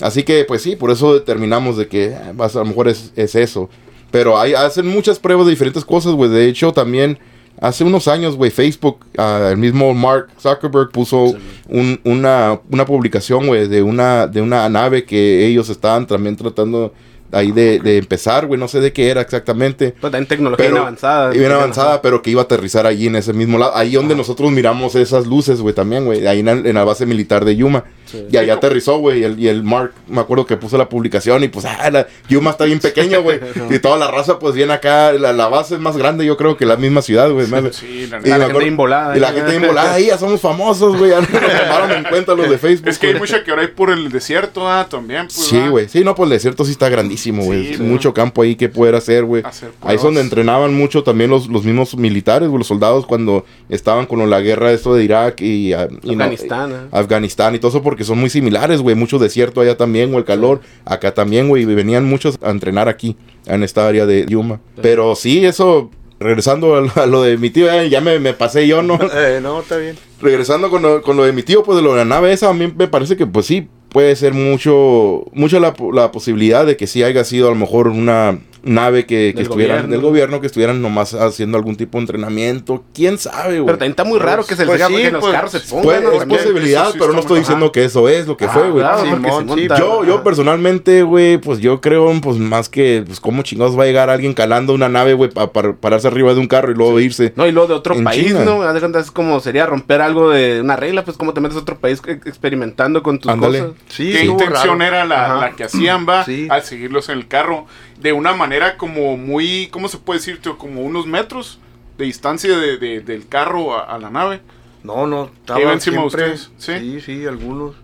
[SPEAKER 1] Así que, pues sí, por eso determinamos de que eh, vas- a lo mejor es, es eso. Pero hay, hacen muchas pruebas de diferentes cosas, güey. De hecho, también hace unos años, güey, Facebook, ah, el mismo Mark Zuckerberg puso un- una, una publicación, güey, de una, de una nave que ellos estaban también tratando ahí de, de empezar, güey. No sé de qué era exactamente.
[SPEAKER 3] Pues también tecnología bien avanzada.
[SPEAKER 1] Y bien avanzada, pero que iba a aterrizar allí en ese mismo lado. Ahí donde nosotros miramos esas luces, güey, también, güey. Ahí en, la- en la base militar de Yuma.
[SPEAKER 3] Sí.
[SPEAKER 1] Y allá aterrizó, güey. Y el, y el Mark, me acuerdo que puso la publicación y pues, ah, la Yuma está bien pequeña, güey. Y toda la raza, pues, viene acá. La, la base es más grande, yo creo que la misma ciudad, güey. más-
[SPEAKER 2] Sí, la
[SPEAKER 1] y me
[SPEAKER 2] neta.
[SPEAKER 3] gente
[SPEAKER 1] acuerdo-
[SPEAKER 3] bien volada,
[SPEAKER 1] Y la
[SPEAKER 3] ¿eh?
[SPEAKER 1] gente bien volada. Ahí ya somos famosos, güey. Ya no nos tomaron en cuenta los de Facebook.
[SPEAKER 2] Es que hay
[SPEAKER 1] güey.
[SPEAKER 2] mucha que ahora hay por el desierto, ah, también. Pues,
[SPEAKER 1] Sí,
[SPEAKER 2] ah.
[SPEAKER 1] güey. Sí, no, pues el desierto sí está grandísimo, güey.
[SPEAKER 2] Sí,
[SPEAKER 1] Es
[SPEAKER 2] güey.
[SPEAKER 1] Mucho campo ahí que poder hacer, güey.
[SPEAKER 2] Hacer
[SPEAKER 1] Ahí es donde
[SPEAKER 2] pruebas.
[SPEAKER 1] entrenaban mucho también los, los mismos militares, güey, los soldados cuando estaban con la guerra esto de Irak y... ah, y no-
[SPEAKER 3] Afganistán, ¿eh?
[SPEAKER 1] Afganistán y todo eso porque son muy similares, güey. Mucho desierto allá también, o el calor. Acá también, güey. y Venían muchos a entrenar aquí, en esta área de Yuma. Pero sí, eso... Regresando a lo- a lo de mi tío, eh, ya me, me pasé yo, ¿no?
[SPEAKER 4] Eh, no, está bien.
[SPEAKER 1] regresando con lo, con lo de mi tío, pues de lo de la nave esa, a mí me parece que pues sí, puede ser mucho, mucho la, po- la posibilidad de que sí haya sido a lo mejor una nave que, que
[SPEAKER 3] Del
[SPEAKER 1] estuvieran
[SPEAKER 3] gobierno.
[SPEAKER 1] del gobierno, que estuvieran nomás haciendo algún tipo de entrenamiento, quién sabe,
[SPEAKER 3] Pero
[SPEAKER 1] güey.
[SPEAKER 3] también está muy raro que se les
[SPEAKER 4] Pues
[SPEAKER 3] diga
[SPEAKER 4] sí,
[SPEAKER 3] que los
[SPEAKER 4] pues,
[SPEAKER 3] carros se pongan.
[SPEAKER 1] Puede-
[SPEAKER 3] ¿no?
[SPEAKER 1] es
[SPEAKER 3] También.
[SPEAKER 1] posibilidad,
[SPEAKER 2] eso sí
[SPEAKER 1] pero no
[SPEAKER 2] está muy-
[SPEAKER 1] estoy diciendo
[SPEAKER 2] Ajá.
[SPEAKER 1] que eso es lo que
[SPEAKER 3] Ah,
[SPEAKER 1] fue, güey.
[SPEAKER 3] claro,
[SPEAKER 4] Sí,
[SPEAKER 3] porque
[SPEAKER 4] mon,
[SPEAKER 3] Simón
[SPEAKER 4] sí.
[SPEAKER 3] está-
[SPEAKER 1] Yo, yo personalmente, güey, pues yo creo, pues más que, pues cómo chingados va a llegar alguien calando una nave, güey, para pararse arriba de un carro y luego irse.
[SPEAKER 3] No, y luego de otro
[SPEAKER 1] En
[SPEAKER 3] país,
[SPEAKER 1] China.
[SPEAKER 3] ¿no? Haz de cuenta, es como sería romper algo de una regla, pues como te metes a otro país e- experimentando con tus
[SPEAKER 1] Ándale.
[SPEAKER 3] cosas.
[SPEAKER 4] Sí,
[SPEAKER 2] ¿Qué
[SPEAKER 4] estuvo
[SPEAKER 2] intención
[SPEAKER 4] raro.
[SPEAKER 2] era la,
[SPEAKER 3] Ajá.
[SPEAKER 2] la que hacían, va? Ah,
[SPEAKER 4] Sí.
[SPEAKER 2] Al seguirlos en el carro. De una manera como muy, ¿cómo se puede decir? tío? Como unos metros de distancia de- de- del carro a, a la nave.
[SPEAKER 4] No, no, estaba
[SPEAKER 2] iba encima de
[SPEAKER 4] siempre.
[SPEAKER 2] ustedes? ¿Sí?
[SPEAKER 4] sí, sí, algunos.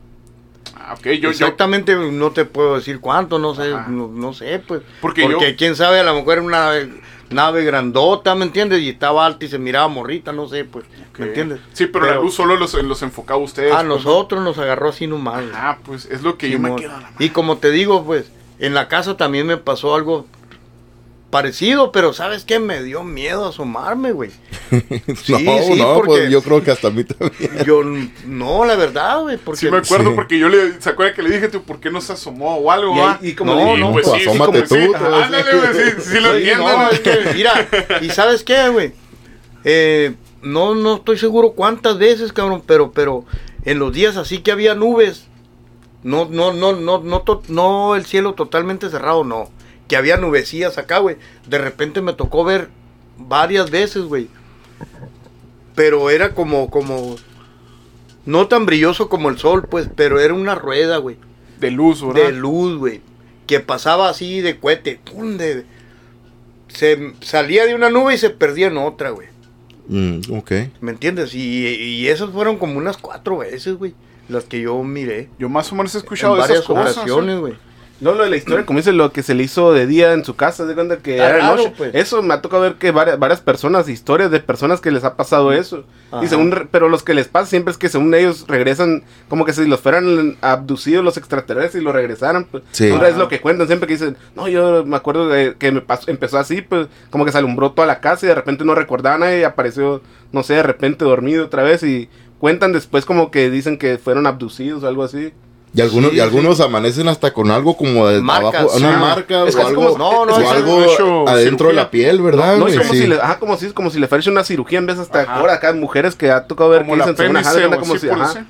[SPEAKER 2] Ah, ok, yo, yo,
[SPEAKER 4] Exactamente, no te puedo decir cuánto, no sé,
[SPEAKER 2] Ajá.
[SPEAKER 4] no, no sé, pues.
[SPEAKER 2] Porque
[SPEAKER 4] Porque,
[SPEAKER 2] yo-
[SPEAKER 4] quién sabe, a lo mejor era una nave grandota, ¿me entiendes? Y estaba alta y se miraba morrita, no sé, pues,
[SPEAKER 2] ok.
[SPEAKER 4] ¿me entiendes?
[SPEAKER 2] Sí, pero, la luz solo los, los enfocaba a ustedes.
[SPEAKER 4] A
[SPEAKER 2] pues,
[SPEAKER 4] nosotros nos agarró así nomás.
[SPEAKER 2] ¿no? Ah, pues es lo que yo me
[SPEAKER 4] Simón.
[SPEAKER 2] quedo a la madre.
[SPEAKER 4] Y como te digo, pues, en la casa también me pasó algo parecido, pero ¿sabes qué? Me dio miedo asomarme, güey. Sí,
[SPEAKER 1] no,
[SPEAKER 4] sí,
[SPEAKER 1] no, pues
[SPEAKER 4] porque-
[SPEAKER 1] yo creo que hasta a mí también.
[SPEAKER 4] Yo, no, la verdad, güey, porque...
[SPEAKER 2] Sí me acuerdo
[SPEAKER 1] Sí.
[SPEAKER 2] porque yo le... ¿Se acuerda que le dije, tú, por qué no se asomó o algo,
[SPEAKER 3] Y ahí-
[SPEAKER 2] va?
[SPEAKER 3] y como-
[SPEAKER 2] no,
[SPEAKER 3] y
[SPEAKER 2] no,
[SPEAKER 3] como-
[SPEAKER 2] pues sí, sí,
[SPEAKER 1] asómate
[SPEAKER 2] como-
[SPEAKER 1] tú,
[SPEAKER 2] sí, Ah,
[SPEAKER 1] te voy a
[SPEAKER 2] ándale, güey, sí, sí lo
[SPEAKER 4] Sí,
[SPEAKER 2] entiendo.
[SPEAKER 4] no,
[SPEAKER 2] ¿no?
[SPEAKER 4] es que, mira, y sabes qué, güey. Eh, no, no estoy seguro cuántas veces, cabrón, pero, pero en los días así que había nubes, no, no, no, no, no, to- no el cielo totalmente cerrado, no. Que había nubecillas acá, güey. De repente me tocó ver varias veces, güey. Pero era como, como, no tan brilloso como el sol, pues, pero era una rueda, güey
[SPEAKER 2] De luz, ¿verdad?
[SPEAKER 4] de luz, güey. Que pasaba así de cohete. pum, de- se salía de una nube y se perdía en otra, güey.
[SPEAKER 1] Mm, ok.
[SPEAKER 4] ¿Me entiendes? Y, y esas fueron como unas cuatro veces, güey. Las que yo miré.
[SPEAKER 2] Yo más o menos he
[SPEAKER 4] En
[SPEAKER 2] escuchado de esas
[SPEAKER 4] varias
[SPEAKER 2] cosas.
[SPEAKER 3] ¿eh?
[SPEAKER 4] ocasiones, güey.
[SPEAKER 3] No, lo de la historia, como dice, lo que se le hizo de día en su casa, de cuenta que
[SPEAKER 4] Está
[SPEAKER 3] era de
[SPEAKER 4] raro,
[SPEAKER 3] noche.
[SPEAKER 4] pues.
[SPEAKER 3] Eso me ha tocado ver que varias, varias personas, historias de personas que les ha pasado eso.
[SPEAKER 4] Ajá.
[SPEAKER 3] Y según, re- pero los que les pasa siempre es que según ellos regresan, como que si los fueran abducidos los extraterrestres y los regresaran, pues.
[SPEAKER 1] Sí.
[SPEAKER 3] Ahora es
[SPEAKER 2] Ajá.
[SPEAKER 3] lo que cuentan siempre que dicen, no, yo me acuerdo de que me pasó, empezó así, pues, como que se alumbró toda la casa y de repente no recordaban y apareció, no sé, de repente dormido otra vez y cuentan después como que dicen que fueron abducidos o algo así.
[SPEAKER 1] Y algunos,
[SPEAKER 4] Sí,
[SPEAKER 1] y algunos amanecen hasta con algo como de ah,
[SPEAKER 4] Marcas,
[SPEAKER 1] abajo, una
[SPEAKER 4] sí.
[SPEAKER 1] marca
[SPEAKER 3] Es
[SPEAKER 1] o
[SPEAKER 3] casi
[SPEAKER 1] algo,
[SPEAKER 3] como- no, no,
[SPEAKER 1] o
[SPEAKER 3] es
[SPEAKER 1] algo
[SPEAKER 2] hecho
[SPEAKER 1] adentro de la
[SPEAKER 2] cirugía.
[SPEAKER 1] piel, ¿verdad?
[SPEAKER 3] No,
[SPEAKER 1] güey?
[SPEAKER 3] es como
[SPEAKER 1] Sí.
[SPEAKER 3] si le, ajá, como si, como si le fuera una cirugía en vez hasta
[SPEAKER 2] Ajá.
[SPEAKER 3] ahora acá mujeres que ha tocado ver
[SPEAKER 2] Como
[SPEAKER 3] que
[SPEAKER 2] la
[SPEAKER 3] dicen, según, ajá, de
[SPEAKER 2] PNC
[SPEAKER 3] cuenta
[SPEAKER 2] o
[SPEAKER 3] como
[SPEAKER 2] así,
[SPEAKER 3] si-
[SPEAKER 2] por
[SPEAKER 3] ajá.
[SPEAKER 2] decir.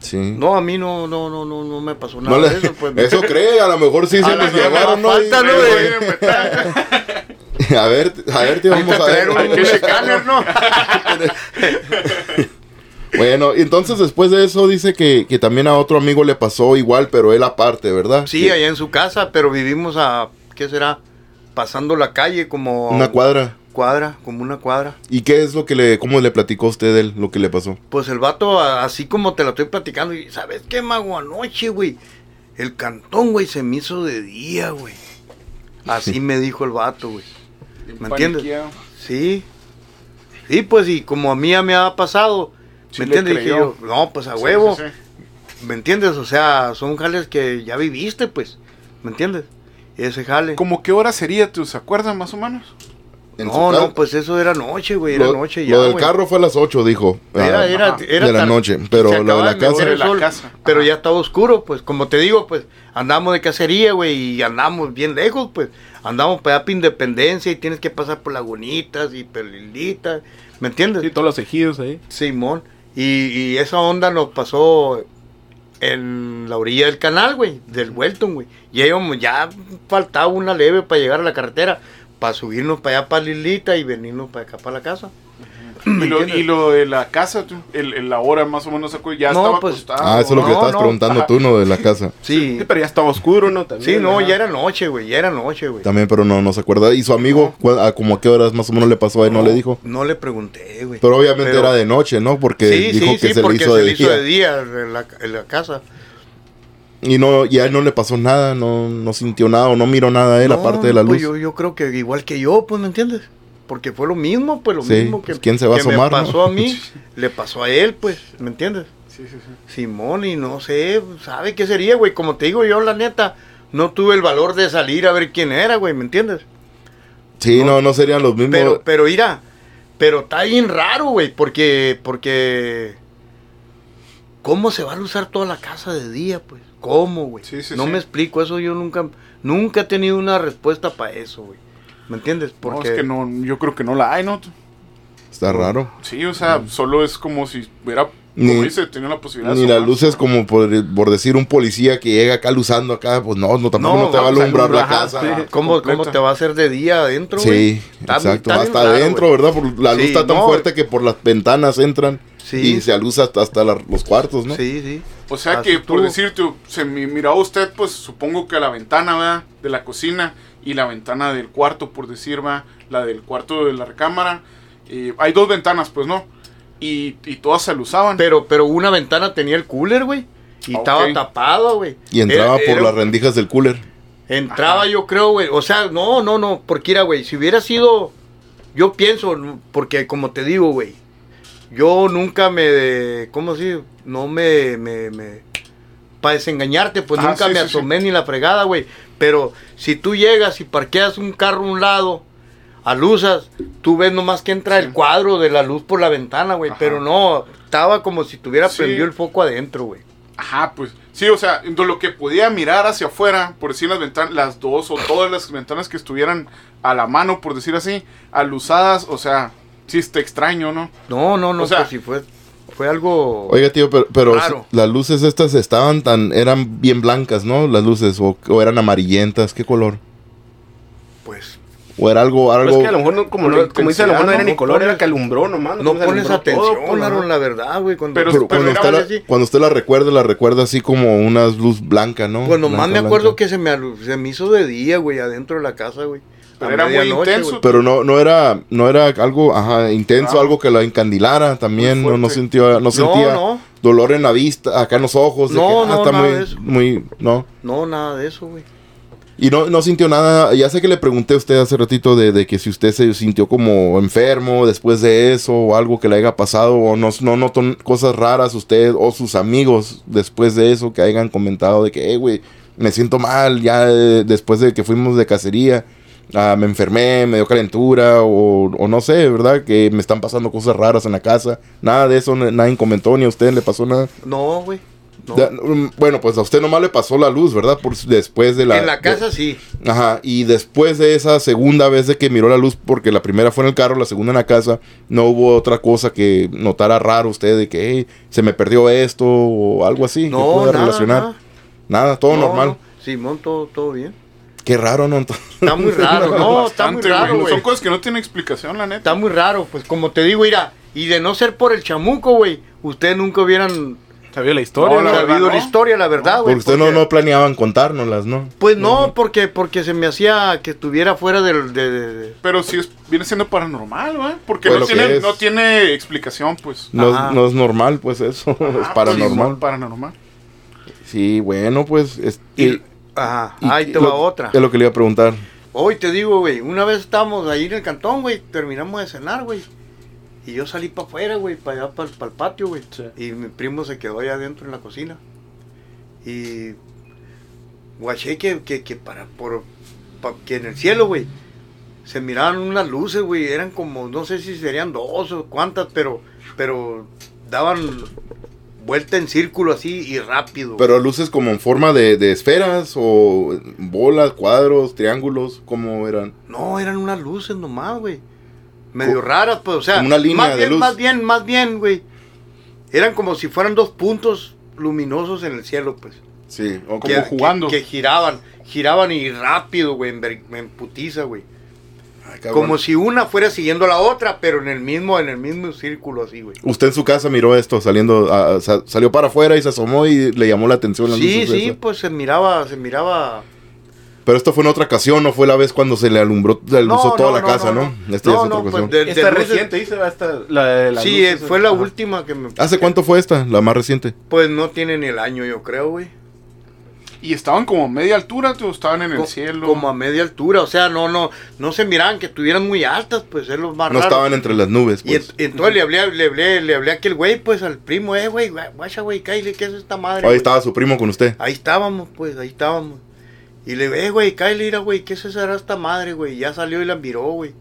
[SPEAKER 1] Sí.
[SPEAKER 4] No, a mí no, no, no, no, no me pasó
[SPEAKER 1] No
[SPEAKER 4] nada
[SPEAKER 1] le-
[SPEAKER 4] de eso, pues.
[SPEAKER 1] eso cree, a lo mejor sí
[SPEAKER 4] A
[SPEAKER 1] se
[SPEAKER 4] la-
[SPEAKER 1] los
[SPEAKER 4] a la
[SPEAKER 1] llevaron. ¿no?
[SPEAKER 4] falta,
[SPEAKER 1] Y-
[SPEAKER 4] ¿no, güey?
[SPEAKER 1] A ver, a ver, tío, vamos a ver.
[SPEAKER 4] Traer un-
[SPEAKER 2] Hay que
[SPEAKER 4] un
[SPEAKER 2] checarlo.
[SPEAKER 4] escáner, ¿no?
[SPEAKER 1] Bueno, y entonces después de eso dice que, que también a otro amigo le pasó igual, pero él aparte, ¿verdad?
[SPEAKER 4] Sí,
[SPEAKER 1] Que-
[SPEAKER 4] allá en su casa, pero vivimos a, ¿qué será? Pasando la calle como...
[SPEAKER 1] Una cuadra.
[SPEAKER 4] Cuadra, como una cuadra.
[SPEAKER 1] ¿Y qué es lo que le, cómo le platicó a usted él, lo que le pasó?
[SPEAKER 4] Pues el vato, a- así como te la estoy platicando, y ¿sabes qué, mago? Anoche, güey, el cantón, güey, se me hizo de día, güey. Así me dijo el vato, güey. ¿Me entiendes?
[SPEAKER 2] Paniqueado.
[SPEAKER 4] Sí. Sí, pues, y como a mí ya me ha pasado,
[SPEAKER 2] Sí
[SPEAKER 4] ¿me
[SPEAKER 2] le
[SPEAKER 4] entiendes? Dije
[SPEAKER 2] creyó.
[SPEAKER 4] yo, no, pues a
[SPEAKER 2] Sí,
[SPEAKER 4] huevo,
[SPEAKER 2] sí, sí.
[SPEAKER 4] ¿me entiendes? O sea, son jales que ya viviste, pues, ¿me entiendes? Ese jale.
[SPEAKER 2] ¿Cómo qué hora sería, tú se acuerdan más o menos?
[SPEAKER 1] En su
[SPEAKER 4] No,
[SPEAKER 1] casa-
[SPEAKER 4] no, pues eso era noche, güey, era
[SPEAKER 1] Lo,
[SPEAKER 4] noche
[SPEAKER 1] lo
[SPEAKER 4] ya,
[SPEAKER 1] del
[SPEAKER 4] güey.
[SPEAKER 1] carro fue a las 8, dijo.
[SPEAKER 4] Era,
[SPEAKER 1] Ah,
[SPEAKER 4] era,
[SPEAKER 2] Ajá.
[SPEAKER 4] era
[SPEAKER 1] de la
[SPEAKER 4] tar-
[SPEAKER 1] noche, pero
[SPEAKER 4] se
[SPEAKER 1] lo de la
[SPEAKER 4] acababa de
[SPEAKER 1] casa-
[SPEAKER 4] meter el
[SPEAKER 2] De la
[SPEAKER 4] sol,
[SPEAKER 2] casa.
[SPEAKER 4] Pero
[SPEAKER 2] Ajá.
[SPEAKER 4] ya estaba oscuro, pues como te digo, pues andamos de cacería, güey, y andamos bien lejos, pues andamos para allá para Independencia y tienes que pasar por Lagunitas y Perlilitas, ¿me entiendes?
[SPEAKER 3] Sí, todos los ejidos ahí.
[SPEAKER 4] Simón. Y, y esa onda nos pasó en la orilla del canal, güey, del Welton, güey. Y íbamos- ya faltaba una leve para llegar a la carretera, para subirnos para allá para Lilita y venirnos para acá para la casa.
[SPEAKER 2] Y lo, y lo de la casa, tú, el, el- la hora más o menos, ¿se acuerda? ya
[SPEAKER 4] No,
[SPEAKER 2] estaba
[SPEAKER 4] pues,
[SPEAKER 1] Ah,
[SPEAKER 2] acostado.
[SPEAKER 1] eso es lo que
[SPEAKER 4] no,
[SPEAKER 1] estabas
[SPEAKER 4] no,
[SPEAKER 1] preguntando
[SPEAKER 4] ajá.
[SPEAKER 1] tú, ¿no? De la casa.
[SPEAKER 4] Sí.
[SPEAKER 3] Sí, pero ya estaba oscuro, ¿no? También,
[SPEAKER 4] Sí, no,
[SPEAKER 3] ajá.
[SPEAKER 4] ya era noche, güey, ya era noche, güey.
[SPEAKER 1] También, pero no, no se acuerda. ¿Y su amigo? ¿Cuál- ¿A como a qué horas más o menos le pasó a él? ¿No, le dijo?
[SPEAKER 4] No le pregunté, güey.
[SPEAKER 1] Pero obviamente era de noche, ¿no? Porque
[SPEAKER 4] Sí,
[SPEAKER 1] dijo
[SPEAKER 4] sí,
[SPEAKER 1] que
[SPEAKER 4] sí,
[SPEAKER 1] se le
[SPEAKER 4] porque
[SPEAKER 1] hizo
[SPEAKER 4] se
[SPEAKER 1] de
[SPEAKER 4] le hizo
[SPEAKER 1] día.
[SPEAKER 4] de día en la, en la casa.
[SPEAKER 1] Y no, y a él no le pasó nada, no, no sintió nada o no miró nada él
[SPEAKER 4] No,
[SPEAKER 1] aparte de la luz.
[SPEAKER 4] pues, yo, yo creo que igual que yo, pues, ¿me entiendes? Porque fue lo mismo, pues, lo
[SPEAKER 1] Sí,
[SPEAKER 4] mismo que,
[SPEAKER 1] pues, ¿quién se va a
[SPEAKER 4] que
[SPEAKER 1] asomar, no?
[SPEAKER 4] me pasó a mí, le pasó a él, pues, ¿me entiendes?
[SPEAKER 2] Sí, sí, sí.
[SPEAKER 4] Simón, y no sé, ¿sabe qué sería, güey? Como te digo yo, la neta, no tuve el valor de salir a ver quién era, güey, ¿me entiendes?
[SPEAKER 1] sí, no, no serían los mismos.
[SPEAKER 4] Pero, pero, mira, pero está bien raro, güey, porque, porque, ¿cómo se va a usar toda la casa de día, pues? ¿Cómo, güey?
[SPEAKER 2] Sí, sí,
[SPEAKER 4] no
[SPEAKER 2] sí.
[SPEAKER 4] me explico, eso yo nunca, nunca he tenido una respuesta para eso, güey. ¿Me entiendes?
[SPEAKER 2] No,
[SPEAKER 4] Porque
[SPEAKER 2] es que no, yo creo que no la hay, ¿no? Tú-
[SPEAKER 1] Está raro.
[SPEAKER 2] Sí, o sea, solo es como si hubiera,
[SPEAKER 1] Mm. Ni-
[SPEAKER 2] como dice, tenía la posibilidad. de
[SPEAKER 1] Ni las
[SPEAKER 2] asomarse,
[SPEAKER 1] luces
[SPEAKER 2] ¿no?
[SPEAKER 1] como por, por decir un policía que llega acá luzando acá, pues no, no tampoco no,
[SPEAKER 4] No,
[SPEAKER 1] te va a
[SPEAKER 4] vamos a
[SPEAKER 1] alumbrar la
[SPEAKER 2] alumbrar,
[SPEAKER 1] casa.
[SPEAKER 2] ajá, sí.
[SPEAKER 4] ¿cómo,
[SPEAKER 2] completa.
[SPEAKER 4] ¿Cómo te va a hacer de día adentro, güey?
[SPEAKER 1] Sí,
[SPEAKER 4] Está-
[SPEAKER 1] exacto.
[SPEAKER 4] está bien
[SPEAKER 1] hasta
[SPEAKER 4] raro,
[SPEAKER 1] adentro,
[SPEAKER 4] güey.
[SPEAKER 1] ¿verdad? Por- la luz
[SPEAKER 4] Sí,
[SPEAKER 1] está tan
[SPEAKER 4] no,
[SPEAKER 1] fuerte que por las ventanas entran
[SPEAKER 4] Sí.
[SPEAKER 1] y se aluza hasta, hasta la- los cuartos, ¿no?
[SPEAKER 4] Sí, sí.
[SPEAKER 2] O sea
[SPEAKER 4] Así
[SPEAKER 2] que, por
[SPEAKER 4] tú.
[SPEAKER 2] decirte, se mi- miraba usted, pues supongo que a la ventana, ¿verdad? De la cocina y la ventana del cuarto, por decir, ¿verdad? La del cuarto de la recámara. Eh, hay dos ventanas, pues, ¿no? Y, y todas se aluzaban.
[SPEAKER 4] Pero, pero una ventana tenía el cooler, güey, y
[SPEAKER 2] Ah,
[SPEAKER 4] estaba
[SPEAKER 2] ok.
[SPEAKER 4] tapado, güey.
[SPEAKER 1] Y entraba
[SPEAKER 4] Era-
[SPEAKER 1] por
[SPEAKER 4] Eh, era-
[SPEAKER 1] las rendijas del cooler.
[SPEAKER 4] Entraba yo creo, güey. O sea, no, no, no. Porque era, güey, si hubiera sido... Yo pienso, porque como te digo, güey. Yo nunca me... ¿Cómo así? No me... me, para desengañarte, pues
[SPEAKER 2] Ah,
[SPEAKER 4] nunca
[SPEAKER 2] sí, sí,
[SPEAKER 4] me
[SPEAKER 2] sí.
[SPEAKER 4] asomé ni la fregada, güey. Pero si tú llegas y parqueas un carro a un lado, alusas, tú ves nomás que entra el cuadro de la luz por la ventana, güey.
[SPEAKER 2] Ajá.
[SPEAKER 4] Pero no, estaba como si tuviera
[SPEAKER 2] Sí.
[SPEAKER 4] prendido el foco adentro, güey.
[SPEAKER 2] Ajá, pues. Sí, o sea, de lo que podía mirar hacia afuera, por decir las ventanas, las dos o todas las ventanas que estuvieran a la mano, por decir así, aluzadas, o sea, sí está extraño, ¿no?
[SPEAKER 4] No, no, no,
[SPEAKER 2] O sea-
[SPEAKER 4] pues, si fue, fue algo...
[SPEAKER 1] Oiga, tío, pero, pero
[SPEAKER 4] Raro.
[SPEAKER 1] si- las luces estas estaban tan. eran bien blancas, ¿no? Las luces, o, o eran amarillentas, ¿qué color?
[SPEAKER 4] Pues
[SPEAKER 1] O era algo.
[SPEAKER 3] Pero
[SPEAKER 1] algo
[SPEAKER 3] es que a lo mejor, no, como,
[SPEAKER 2] Por
[SPEAKER 3] no- como dice, a lo mejor no
[SPEAKER 2] intensidad,
[SPEAKER 3] era
[SPEAKER 2] ¿no?
[SPEAKER 3] ni color,
[SPEAKER 2] No
[SPEAKER 3] era que alumbró nomás.
[SPEAKER 4] No
[SPEAKER 3] se
[SPEAKER 4] pones
[SPEAKER 3] alumbró todo,
[SPEAKER 4] atención,
[SPEAKER 3] pues,
[SPEAKER 4] Aaron,
[SPEAKER 3] ajá.
[SPEAKER 4] la verdad, güey. Cuando,
[SPEAKER 2] Pero-
[SPEAKER 1] pero cuando,
[SPEAKER 2] era
[SPEAKER 1] usted
[SPEAKER 4] así.
[SPEAKER 1] la, cuando usted la recuerda, la recuerda así como unas luz blanca, ¿no?
[SPEAKER 4] Pues nomás me
[SPEAKER 1] Blanca,
[SPEAKER 4] acuerdo
[SPEAKER 1] blanca.
[SPEAKER 4] que se me, alu- se me hizo de día, güey, adentro de la casa, güey.
[SPEAKER 2] Pero
[SPEAKER 4] A
[SPEAKER 2] era muy
[SPEAKER 4] medianoche,
[SPEAKER 2] intenso.
[SPEAKER 4] güey.
[SPEAKER 1] Pero no, no era, no era algo ajá, intenso,
[SPEAKER 2] Ah.
[SPEAKER 1] algo que la encandilara también,
[SPEAKER 2] Muy
[SPEAKER 1] no, no
[SPEAKER 2] fuerte.
[SPEAKER 1] sentía, no sentía
[SPEAKER 4] no.
[SPEAKER 1] dolor en la vista, acá en los ojos, de
[SPEAKER 4] No,
[SPEAKER 1] que, ah,
[SPEAKER 4] no,
[SPEAKER 1] está
[SPEAKER 4] nada de eso.
[SPEAKER 1] muy, muy, no.
[SPEAKER 4] No, nada de eso, güey.
[SPEAKER 1] Y no, no sintió nada, ya sé que le pregunté a usted hace ratito de, de que si usted se sintió como enfermo después de eso o algo que le haya pasado o no, no notó cosas raras usted o sus amigos después de eso que hayan comentado de que, hey, güey, me siento mal ya eh, después de que fuimos de cacería, ah, me enfermé, me dio calentura o, o no sé, ¿verdad? Que me están pasando cosas raras en la casa, nada de eso, n- nadie comentó ni a usted le pasó nada.
[SPEAKER 4] No, güey. no.
[SPEAKER 1] Da- mm, bueno, pues a usted nomás le pasó la luz, ¿verdad? Por, después de la...
[SPEAKER 4] en la
[SPEAKER 1] de-
[SPEAKER 4] casa sí.
[SPEAKER 1] Ajá, y después de esa segunda vez de que miró la luz, porque la primera fue en el carro, la segunda en la casa, no hubo otra cosa que notara raro usted de que "Hey, se me perdió esto o algo así que
[SPEAKER 4] No,
[SPEAKER 1] pueda
[SPEAKER 4] nada,
[SPEAKER 1] relacionar.
[SPEAKER 4] nada.
[SPEAKER 1] Nada, todo
[SPEAKER 4] No,
[SPEAKER 1] normal.
[SPEAKER 4] no. Simón, todo, todo bien.
[SPEAKER 1] Qué raro, ¿no?
[SPEAKER 4] Está muy raro, no, está muy
[SPEAKER 2] Bastante, güey.
[SPEAKER 4] raro,
[SPEAKER 2] Son
[SPEAKER 4] güey.
[SPEAKER 2] cosas que no tienen explicación, la neta.
[SPEAKER 4] Está muy raro, pues como te digo, mira, y de no ser por el chamuco, güey, ustedes nunca hubieran
[SPEAKER 3] Sabía la historia,
[SPEAKER 2] No, la
[SPEAKER 3] ¿no?
[SPEAKER 2] verdad,
[SPEAKER 4] sabido la
[SPEAKER 2] no.
[SPEAKER 4] historia, la verdad, güey.
[SPEAKER 1] porque usted no,
[SPEAKER 4] porque-
[SPEAKER 1] no planeaban contárnoslas, ¿no?
[SPEAKER 4] Pues no, porque, porque se me hacía que estuviera fuera del... de- de- de-
[SPEAKER 2] Pero sí es, viene siendo paranormal, ¿va? Porque
[SPEAKER 1] Pues
[SPEAKER 2] no
[SPEAKER 1] lo que
[SPEAKER 2] tiene,
[SPEAKER 1] es.
[SPEAKER 2] no tiene explicación, pues.
[SPEAKER 1] No,
[SPEAKER 4] Ajá.
[SPEAKER 1] es- no es normal, pues eso, es
[SPEAKER 2] Ah,
[SPEAKER 1] paranormal.
[SPEAKER 2] pues, paranormal.
[SPEAKER 1] Sí, bueno, pues... es-
[SPEAKER 4] Y-
[SPEAKER 1] y-
[SPEAKER 4] ajá,
[SPEAKER 1] y-
[SPEAKER 4] ahí te
[SPEAKER 1] lo-
[SPEAKER 4] va otra.
[SPEAKER 1] Es lo que le iba a preguntar.
[SPEAKER 4] Hoy te digo, güey, una vez estábamos ahí en el cantón, güey, terminamos de cenar, güey. Y yo salí para afuera, güey, para allá, para el patio, güey.
[SPEAKER 3] Sí.
[SPEAKER 4] Y mi primo se quedó allá adentro en la cocina. Y guaché que, que, que para, por, pa- que en el cielo, güey, se miraban unas luces, güey. Eran como, no sé si serían dos o cuántas, pero, pero daban vuelta en círculo así y rápido.
[SPEAKER 1] Pero luces como en forma de, de esferas o bolas, cuadros, triángulos, ¿cómo eran?
[SPEAKER 4] No, eran unas luces nomás, güey. Medio raras, pues, o sea.
[SPEAKER 1] Como una línea
[SPEAKER 4] más
[SPEAKER 1] de
[SPEAKER 4] bien,
[SPEAKER 1] luz.
[SPEAKER 4] Más bien, más bien, güey. Eran como si fueran dos puntos luminosos en el cielo, pues.
[SPEAKER 1] Sí, o como
[SPEAKER 4] Que- que-
[SPEAKER 1] jugando.
[SPEAKER 4] Que, giraban, giraban y rápido, güey, en, ver- en putiza, güey.
[SPEAKER 1] Ay, cabrón.
[SPEAKER 4] Como si una fuera siguiendo a la otra, pero en el mismo, en el mismo círculo así, güey.
[SPEAKER 1] Usted en su casa miró esto, saliendo, a- a- sa- salió para afuera y se asomó y le llamó la atención. las
[SPEAKER 4] Sí,
[SPEAKER 1] luces
[SPEAKER 4] sí,
[SPEAKER 1] esas.
[SPEAKER 4] pues se miraba, se miraba.
[SPEAKER 1] Pero esto fue en otra ocasión, no fue la vez cuando se le alumbró, le alumbró toda la casa, ¿no? Esta ya
[SPEAKER 4] no,
[SPEAKER 1] es otra
[SPEAKER 4] no, pues
[SPEAKER 1] ocasión.
[SPEAKER 4] de, de
[SPEAKER 3] Esta
[SPEAKER 4] luces-
[SPEAKER 3] reciente, dice, va esta, la de las
[SPEAKER 4] Sí,
[SPEAKER 3] luces,
[SPEAKER 4] eh, fue la
[SPEAKER 3] ajá.
[SPEAKER 4] última que me.
[SPEAKER 1] ¿Hace cuánto fue esta? La más reciente.
[SPEAKER 4] Pues no tiene ni el año, yo creo, güey.
[SPEAKER 2] Y estaban como a media altura, tú, estaban en el
[SPEAKER 4] Co-
[SPEAKER 2] cielo.
[SPEAKER 4] Como a media altura, o sea, no, no, no se miraban que estuvieran muy altas, pues es lo más
[SPEAKER 1] No
[SPEAKER 4] raro.
[SPEAKER 1] estaban entre las nubes,
[SPEAKER 4] Y
[SPEAKER 1] pues.
[SPEAKER 4] ent- entonces le hablé, le hablé, le hablé a aquel güey, pues al primo, eh, güey, gua- guacha, güey, cállate, ¿qué es esta madre?
[SPEAKER 1] Ahí
[SPEAKER 4] güey?"
[SPEAKER 1] estaba su primo con usted.
[SPEAKER 4] Ahí estábamos, pues, ahí estábamos. Y le digo, eh, güey, cállate, mira, güey, ¿qué se será esta madre, güey? Y Ya salió y la miró, güey.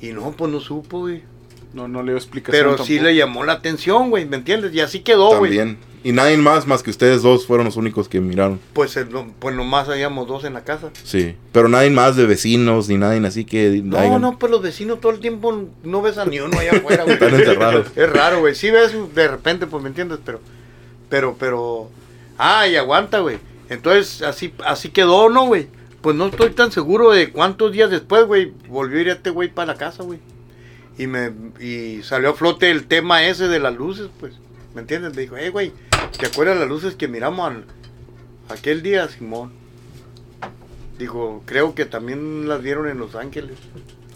[SPEAKER 4] Y no, pues no supo, güey.
[SPEAKER 2] No, no le dio explicación.
[SPEAKER 4] Pero sí
[SPEAKER 2] tampoco.
[SPEAKER 4] le llamó la atención, güey, ¿me entiendes? Y así quedó, güey.
[SPEAKER 1] También. Y nadie más, más que ustedes dos, fueron los únicos que miraron.
[SPEAKER 4] Pues, eh, no- pues nomás habíamos dos en la casa.
[SPEAKER 1] Sí. Pero nadie más de vecinos, ni nadie así que...
[SPEAKER 4] No,
[SPEAKER 1] hayan-
[SPEAKER 4] no, pues los vecinos todo el tiempo no ves a ni uno allá afuera, güey.
[SPEAKER 1] Están encerrados.
[SPEAKER 4] Es raro, güey. Sí ves de repente, pues me entiendes, pero. Pero, pero. Ah, y aguanta, güey. Entonces, así, así quedó, ¿no, güey? Pues no estoy tan seguro de cuántos días después, güey, volvió a ir este güey para la casa, güey. Y me y salió a flote el tema ese de las luces, pues. ¿Me entiendes? Me dijo, hey, güey, ¿te acuerdas las luces que miramos al- aquel día, Simón? Dijo, creo que también las vieron en Los Ángeles.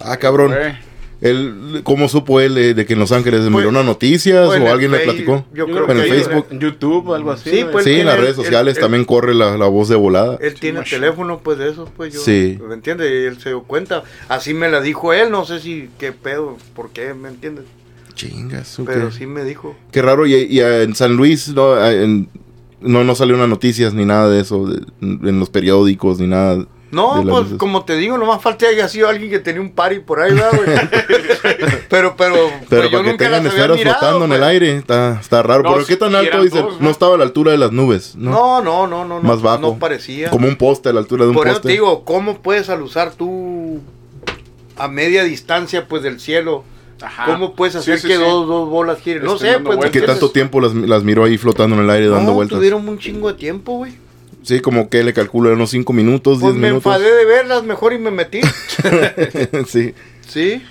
[SPEAKER 1] Ah, cabrón.
[SPEAKER 2] Güey.
[SPEAKER 1] Él, ¿Cómo supo él eh, de que en Los Ángeles
[SPEAKER 4] Pues,
[SPEAKER 1] miró unas noticias
[SPEAKER 4] en
[SPEAKER 1] o
[SPEAKER 4] el
[SPEAKER 1] alguien le
[SPEAKER 4] Face-
[SPEAKER 1] platicó?
[SPEAKER 3] Yo
[SPEAKER 4] Yo creo
[SPEAKER 1] en
[SPEAKER 4] que
[SPEAKER 1] el
[SPEAKER 4] ahí-
[SPEAKER 1] Facebook.
[SPEAKER 3] En YouTube o algo así.
[SPEAKER 4] Sí,
[SPEAKER 3] ¿no?
[SPEAKER 4] pues,
[SPEAKER 1] sí, en las
[SPEAKER 4] tiene-
[SPEAKER 1] redes
[SPEAKER 4] él-
[SPEAKER 1] sociales
[SPEAKER 4] él-
[SPEAKER 1] también corre la, la voz de volada.
[SPEAKER 4] Él tiene
[SPEAKER 2] macho.
[SPEAKER 4] teléfono, pues de eso, pues yo.
[SPEAKER 1] Sí.
[SPEAKER 4] ¿Me entiendes? Y él se dio cuenta. Así me la dijo él, no sé si qué pedo, por qué, ¿me entiendes?
[SPEAKER 1] Chingas, ok.
[SPEAKER 4] Pero sí me dijo.
[SPEAKER 1] Qué raro, y, y, eh, en San Luis no, eh, en- no, no salieron noticias ni nada de eso, de- en los periódicos ni nada.
[SPEAKER 4] No,
[SPEAKER 1] de las
[SPEAKER 4] pues
[SPEAKER 1] luces.
[SPEAKER 4] como te digo, nomás falta que haya sido alguien que tenía un party por ahí, ¿verdad, güey?
[SPEAKER 1] Pero
[SPEAKER 4] pero, pero, pues, yo
[SPEAKER 1] para que
[SPEAKER 4] nunca
[SPEAKER 1] tengan
[SPEAKER 4] las había
[SPEAKER 1] esferas
[SPEAKER 4] mirado,
[SPEAKER 1] flotando en el
[SPEAKER 4] pues.
[SPEAKER 1] aire, está, está raro.
[SPEAKER 2] No,
[SPEAKER 1] Pero qué
[SPEAKER 2] sí,
[SPEAKER 1] tan
[SPEAKER 2] y
[SPEAKER 1] alto,
[SPEAKER 2] eran
[SPEAKER 1] dice,
[SPEAKER 2] todos,
[SPEAKER 1] no
[SPEAKER 2] ¿no?
[SPEAKER 1] estaba a la altura de las nubes, ¿no?
[SPEAKER 4] No, no, no, no, no,
[SPEAKER 1] Más bajo.
[SPEAKER 4] no parecía.
[SPEAKER 1] Como un poste a la altura de un
[SPEAKER 4] Por eso
[SPEAKER 1] poste.
[SPEAKER 4] te digo, ¿cómo puedes alusar tú a media distancia pues del cielo?
[SPEAKER 2] Ajá.
[SPEAKER 4] ¿Cómo puedes
[SPEAKER 2] Sí,
[SPEAKER 4] hacer
[SPEAKER 2] sí,
[SPEAKER 4] que
[SPEAKER 2] sí.
[SPEAKER 4] Dos, dos bolas giren? No
[SPEAKER 2] Estén
[SPEAKER 4] sé,
[SPEAKER 2] dando
[SPEAKER 4] pues.
[SPEAKER 1] ¿Qué
[SPEAKER 2] vueltas.
[SPEAKER 4] entonces-
[SPEAKER 1] tanto tiempo las, las miró ahí flotando en el aire dando
[SPEAKER 4] no,
[SPEAKER 1] vueltas?
[SPEAKER 4] tuvieron un chingo de tiempo, güey.
[SPEAKER 1] Sí, como que le calculo unos 5 minutos, 10
[SPEAKER 4] Pues me
[SPEAKER 1] minutos.
[SPEAKER 4] enfadé de verlas mejor y me metí.
[SPEAKER 1] sí.
[SPEAKER 4] sí.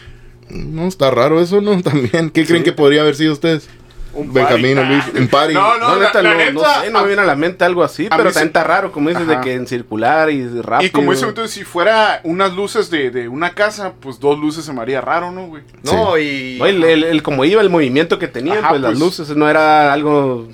[SPEAKER 1] No, está raro eso, ¿no? También. ¿Qué creen que podría haber sido ustedes?
[SPEAKER 2] Un
[SPEAKER 1] Benjamín,
[SPEAKER 2] party.
[SPEAKER 1] Luis, un party.
[SPEAKER 2] No,
[SPEAKER 3] No,
[SPEAKER 2] no,
[SPEAKER 3] neta,
[SPEAKER 2] la-
[SPEAKER 3] no,
[SPEAKER 2] la
[SPEAKER 3] no
[SPEAKER 2] neta,
[SPEAKER 3] sé, no
[SPEAKER 4] Ah,
[SPEAKER 2] a-
[SPEAKER 3] me viene a la mente algo así,
[SPEAKER 2] a mí
[SPEAKER 3] pero
[SPEAKER 2] se-
[SPEAKER 3] también está raro, como dices, de
[SPEAKER 2] Ajá.
[SPEAKER 3] que en circular y rápido.
[SPEAKER 2] Y como dice, entonces, si fuera unas luces de, de una casa, pues dos luces se me haría raro, ¿no, güey?
[SPEAKER 4] No, y.
[SPEAKER 3] No, el, el- el- como iba, el movimiento que tenían,
[SPEAKER 2] Ajá,
[SPEAKER 3] pues, las
[SPEAKER 2] pues.
[SPEAKER 3] luces, no era algo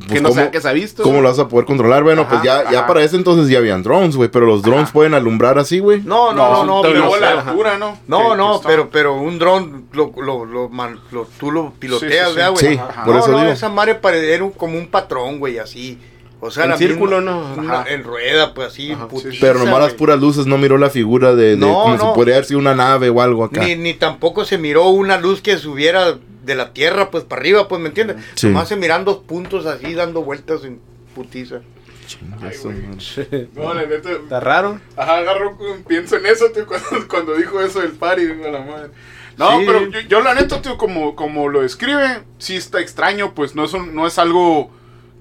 [SPEAKER 3] que
[SPEAKER 1] Pues,
[SPEAKER 3] no
[SPEAKER 1] ¿cómo-
[SPEAKER 3] sea que se ha visto.
[SPEAKER 1] ¿Cómo lo vas a poder controlar? Bueno,
[SPEAKER 3] Ajá,
[SPEAKER 1] pues ya, ya
[SPEAKER 2] ajá.
[SPEAKER 1] para ese entonces ya habían drones, güey. Pero los drones pueden alumbrar así, güey.
[SPEAKER 4] No, no, no, no,
[SPEAKER 3] No,
[SPEAKER 2] pero
[SPEAKER 4] pero.
[SPEAKER 2] luego la
[SPEAKER 3] ajá.
[SPEAKER 2] altura, ¿no?
[SPEAKER 4] no,
[SPEAKER 2] Que- que
[SPEAKER 4] no,
[SPEAKER 2] está-
[SPEAKER 4] pero, pero un dron lo, lo, lo man- lo- tú lo
[SPEAKER 2] Sí, sí,
[SPEAKER 4] piloteas,
[SPEAKER 2] sí.
[SPEAKER 4] ¿verdad, güey?
[SPEAKER 1] Sí, por
[SPEAKER 4] no,
[SPEAKER 1] eso
[SPEAKER 4] no,
[SPEAKER 1] digo.
[SPEAKER 4] esa madre pare- era un- como un patrón, güey, así. O sea,
[SPEAKER 3] En
[SPEAKER 4] la
[SPEAKER 3] círculo,
[SPEAKER 4] misma-
[SPEAKER 3] ¿no?
[SPEAKER 4] una-
[SPEAKER 3] Ajá.
[SPEAKER 4] en rueda, pues así,
[SPEAKER 2] Ajá, sí, sí.
[SPEAKER 4] putiza,
[SPEAKER 1] pero nomás las
[SPEAKER 4] güey.
[SPEAKER 1] puras luces no miró la figura de, de
[SPEAKER 4] No,
[SPEAKER 1] como
[SPEAKER 4] no.
[SPEAKER 1] si podría haber sido una nave o algo acá.
[SPEAKER 4] Ni, ni tampoco se miró una luz que subiera de la tierra, pues para arriba, pues, ¿me entiendes?
[SPEAKER 1] Sí.
[SPEAKER 4] Nomás se miran dos puntos así, dando vueltas en putiza.
[SPEAKER 1] Chinga su
[SPEAKER 2] güey.
[SPEAKER 1] madre.
[SPEAKER 2] No, la neta.
[SPEAKER 3] Está raro.
[SPEAKER 2] Ajá, agarro, pienso en eso, tío, cuando, cuando dijo eso del party, digo, la madre. No,
[SPEAKER 4] Sí.
[SPEAKER 2] pero yo, yo la neta, tío, como, como lo describe, sí está extraño, pues no es, un- no es algo,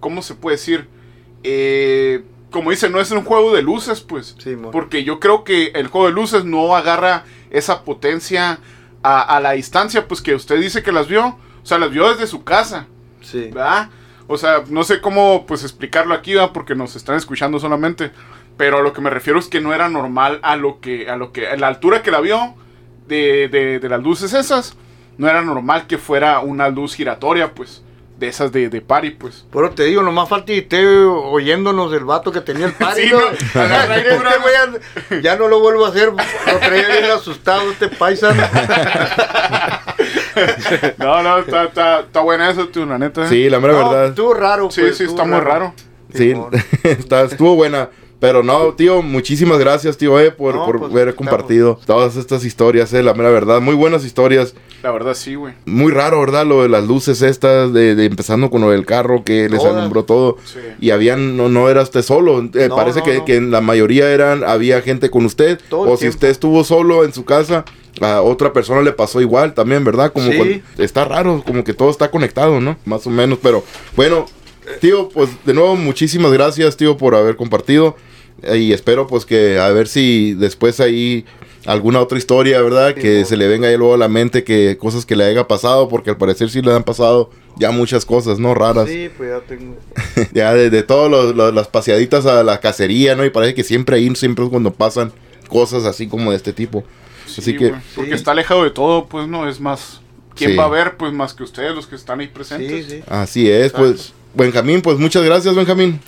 [SPEAKER 2] ¿cómo se puede decir? Eh, como dice, no es un juego de luces, pues.
[SPEAKER 4] Sí, mon.
[SPEAKER 2] porque yo creo que el juego de luces no agarra esa potencia a, a la distancia, pues que usted dice que las vio. O sea, las vio desde su casa.
[SPEAKER 4] Sí.
[SPEAKER 2] ¿verdad? O sea, no sé cómo pues explicarlo aquí, ¿verdad? porque nos están escuchando solamente. Pero a lo que me refiero es que no era normal a lo que, a lo que, a la altura que la vio de, de- de las luces esas, no era normal que fuera una luz giratoria, pues, de esas de, de party, pues.
[SPEAKER 4] Pero te digo, nomás falta y esté oyéndonos del vato que tenía el party.
[SPEAKER 2] Sí,
[SPEAKER 4] ¿no?
[SPEAKER 2] ¿no? A la raíz,
[SPEAKER 4] Este
[SPEAKER 2] bro.
[SPEAKER 4] güey ya, ya no lo vuelvo a hacer. Lo traía bien asustado este paisano.
[SPEAKER 2] No, no, está, está, está buena eso, tío, la neta. ¿eh?
[SPEAKER 1] Sí, la mera
[SPEAKER 4] No,
[SPEAKER 1] verdad.
[SPEAKER 4] Estuvo raro.
[SPEAKER 2] sí,
[SPEAKER 4] pues,
[SPEAKER 2] sí,
[SPEAKER 4] estuvo
[SPEAKER 2] está muy raro.
[SPEAKER 1] Sí,
[SPEAKER 4] Simón.
[SPEAKER 1] está, estuvo buena. Pero no, tío, muchísimas gracias, tío, eh, por,
[SPEAKER 4] No,
[SPEAKER 1] por
[SPEAKER 4] pues,
[SPEAKER 1] haber
[SPEAKER 4] estamos.
[SPEAKER 1] compartido todas estas historias, eh, la mera verdad. Muy buenas historias.
[SPEAKER 2] La verdad, sí, güey.
[SPEAKER 1] Muy raro, ¿verdad? Lo de las luces estas, de, de empezando con lo del carro que les
[SPEAKER 4] Todas.
[SPEAKER 1] alumbró todo.
[SPEAKER 2] Sí.
[SPEAKER 1] Y habían, no, no era usted solo. Eh,
[SPEAKER 4] No,
[SPEAKER 1] parece
[SPEAKER 4] no,
[SPEAKER 1] que,
[SPEAKER 4] no.
[SPEAKER 1] que en la mayoría eran, había gente con usted.
[SPEAKER 4] Todo
[SPEAKER 1] o
[SPEAKER 4] el
[SPEAKER 1] si
[SPEAKER 4] tiempo.
[SPEAKER 1] usted estuvo solo en su casa, a otra persona le pasó igual también, ¿verdad? Como
[SPEAKER 4] Sí.
[SPEAKER 1] cuando- está raro, como que todo está conectado, ¿no? Más o menos. Pero bueno, tío, pues de nuevo, muchísimas gracias, tío, por haber compartido. Eh, Y espero pues que a ver si después ahí alguna otra historia, ¿verdad?
[SPEAKER 4] Sí,
[SPEAKER 1] que
[SPEAKER 4] no.
[SPEAKER 1] se le venga ahí luego a la mente que cosas que le haya pasado, porque al parecer sí le han pasado ya muchas cosas, ¿no? Raras.
[SPEAKER 4] Sí, pues ya tengo.
[SPEAKER 1] Ya de, de todas las paseaditas a la cacería, ¿no? Y parece que siempre ahí, siempre es cuando pasan cosas así como de este tipo. así
[SPEAKER 2] Sí,
[SPEAKER 1] que,
[SPEAKER 2] güey, porque
[SPEAKER 4] Sí.
[SPEAKER 2] está alejado de todo, pues no, es más. ¿Quién
[SPEAKER 1] Sí.
[SPEAKER 2] va a ver? Pues más que ustedes, los que están ahí
[SPEAKER 4] Sí,
[SPEAKER 2] presentes.
[SPEAKER 4] sí.
[SPEAKER 1] así es, pues. Benjamín, pues muchas gracias, Benjamín.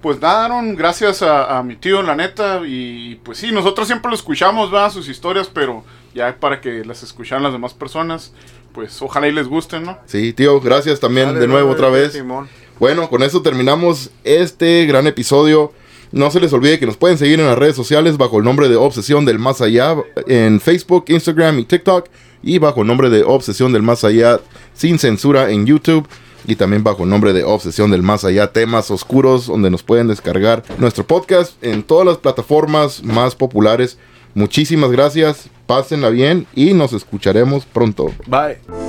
[SPEAKER 2] Pues nada, Aaron, gracias a, a mi tío, la neta. Y pues sí, nosotros siempre lo escuchamos, ¿verdad? Sus historias, pero ya para que las escucharan las demás personas, pues ojalá y les gusten, ¿no?
[SPEAKER 1] Sí, tío, gracias también
[SPEAKER 4] Dale,
[SPEAKER 1] de nuevo
[SPEAKER 4] dale,
[SPEAKER 1] otra vez.
[SPEAKER 4] Simón.
[SPEAKER 1] Bueno, con eso terminamos este gran episodio. No se les olvide que nos pueden seguir en las redes sociales bajo el nombre de Obsesión del Más Allá en Facebook, Instagram y TikTok. Y bajo el nombre de Obsesión del Más Allá sin censura en YouTube. Y también bajo el nombre de Obsesión del Más Allá, temas oscuros donde nos pueden descargar nuestro podcast en todas las plataformas más populares. Muchísimas gracias, pásenla bien y nos escucharemos pronto.
[SPEAKER 2] Bye.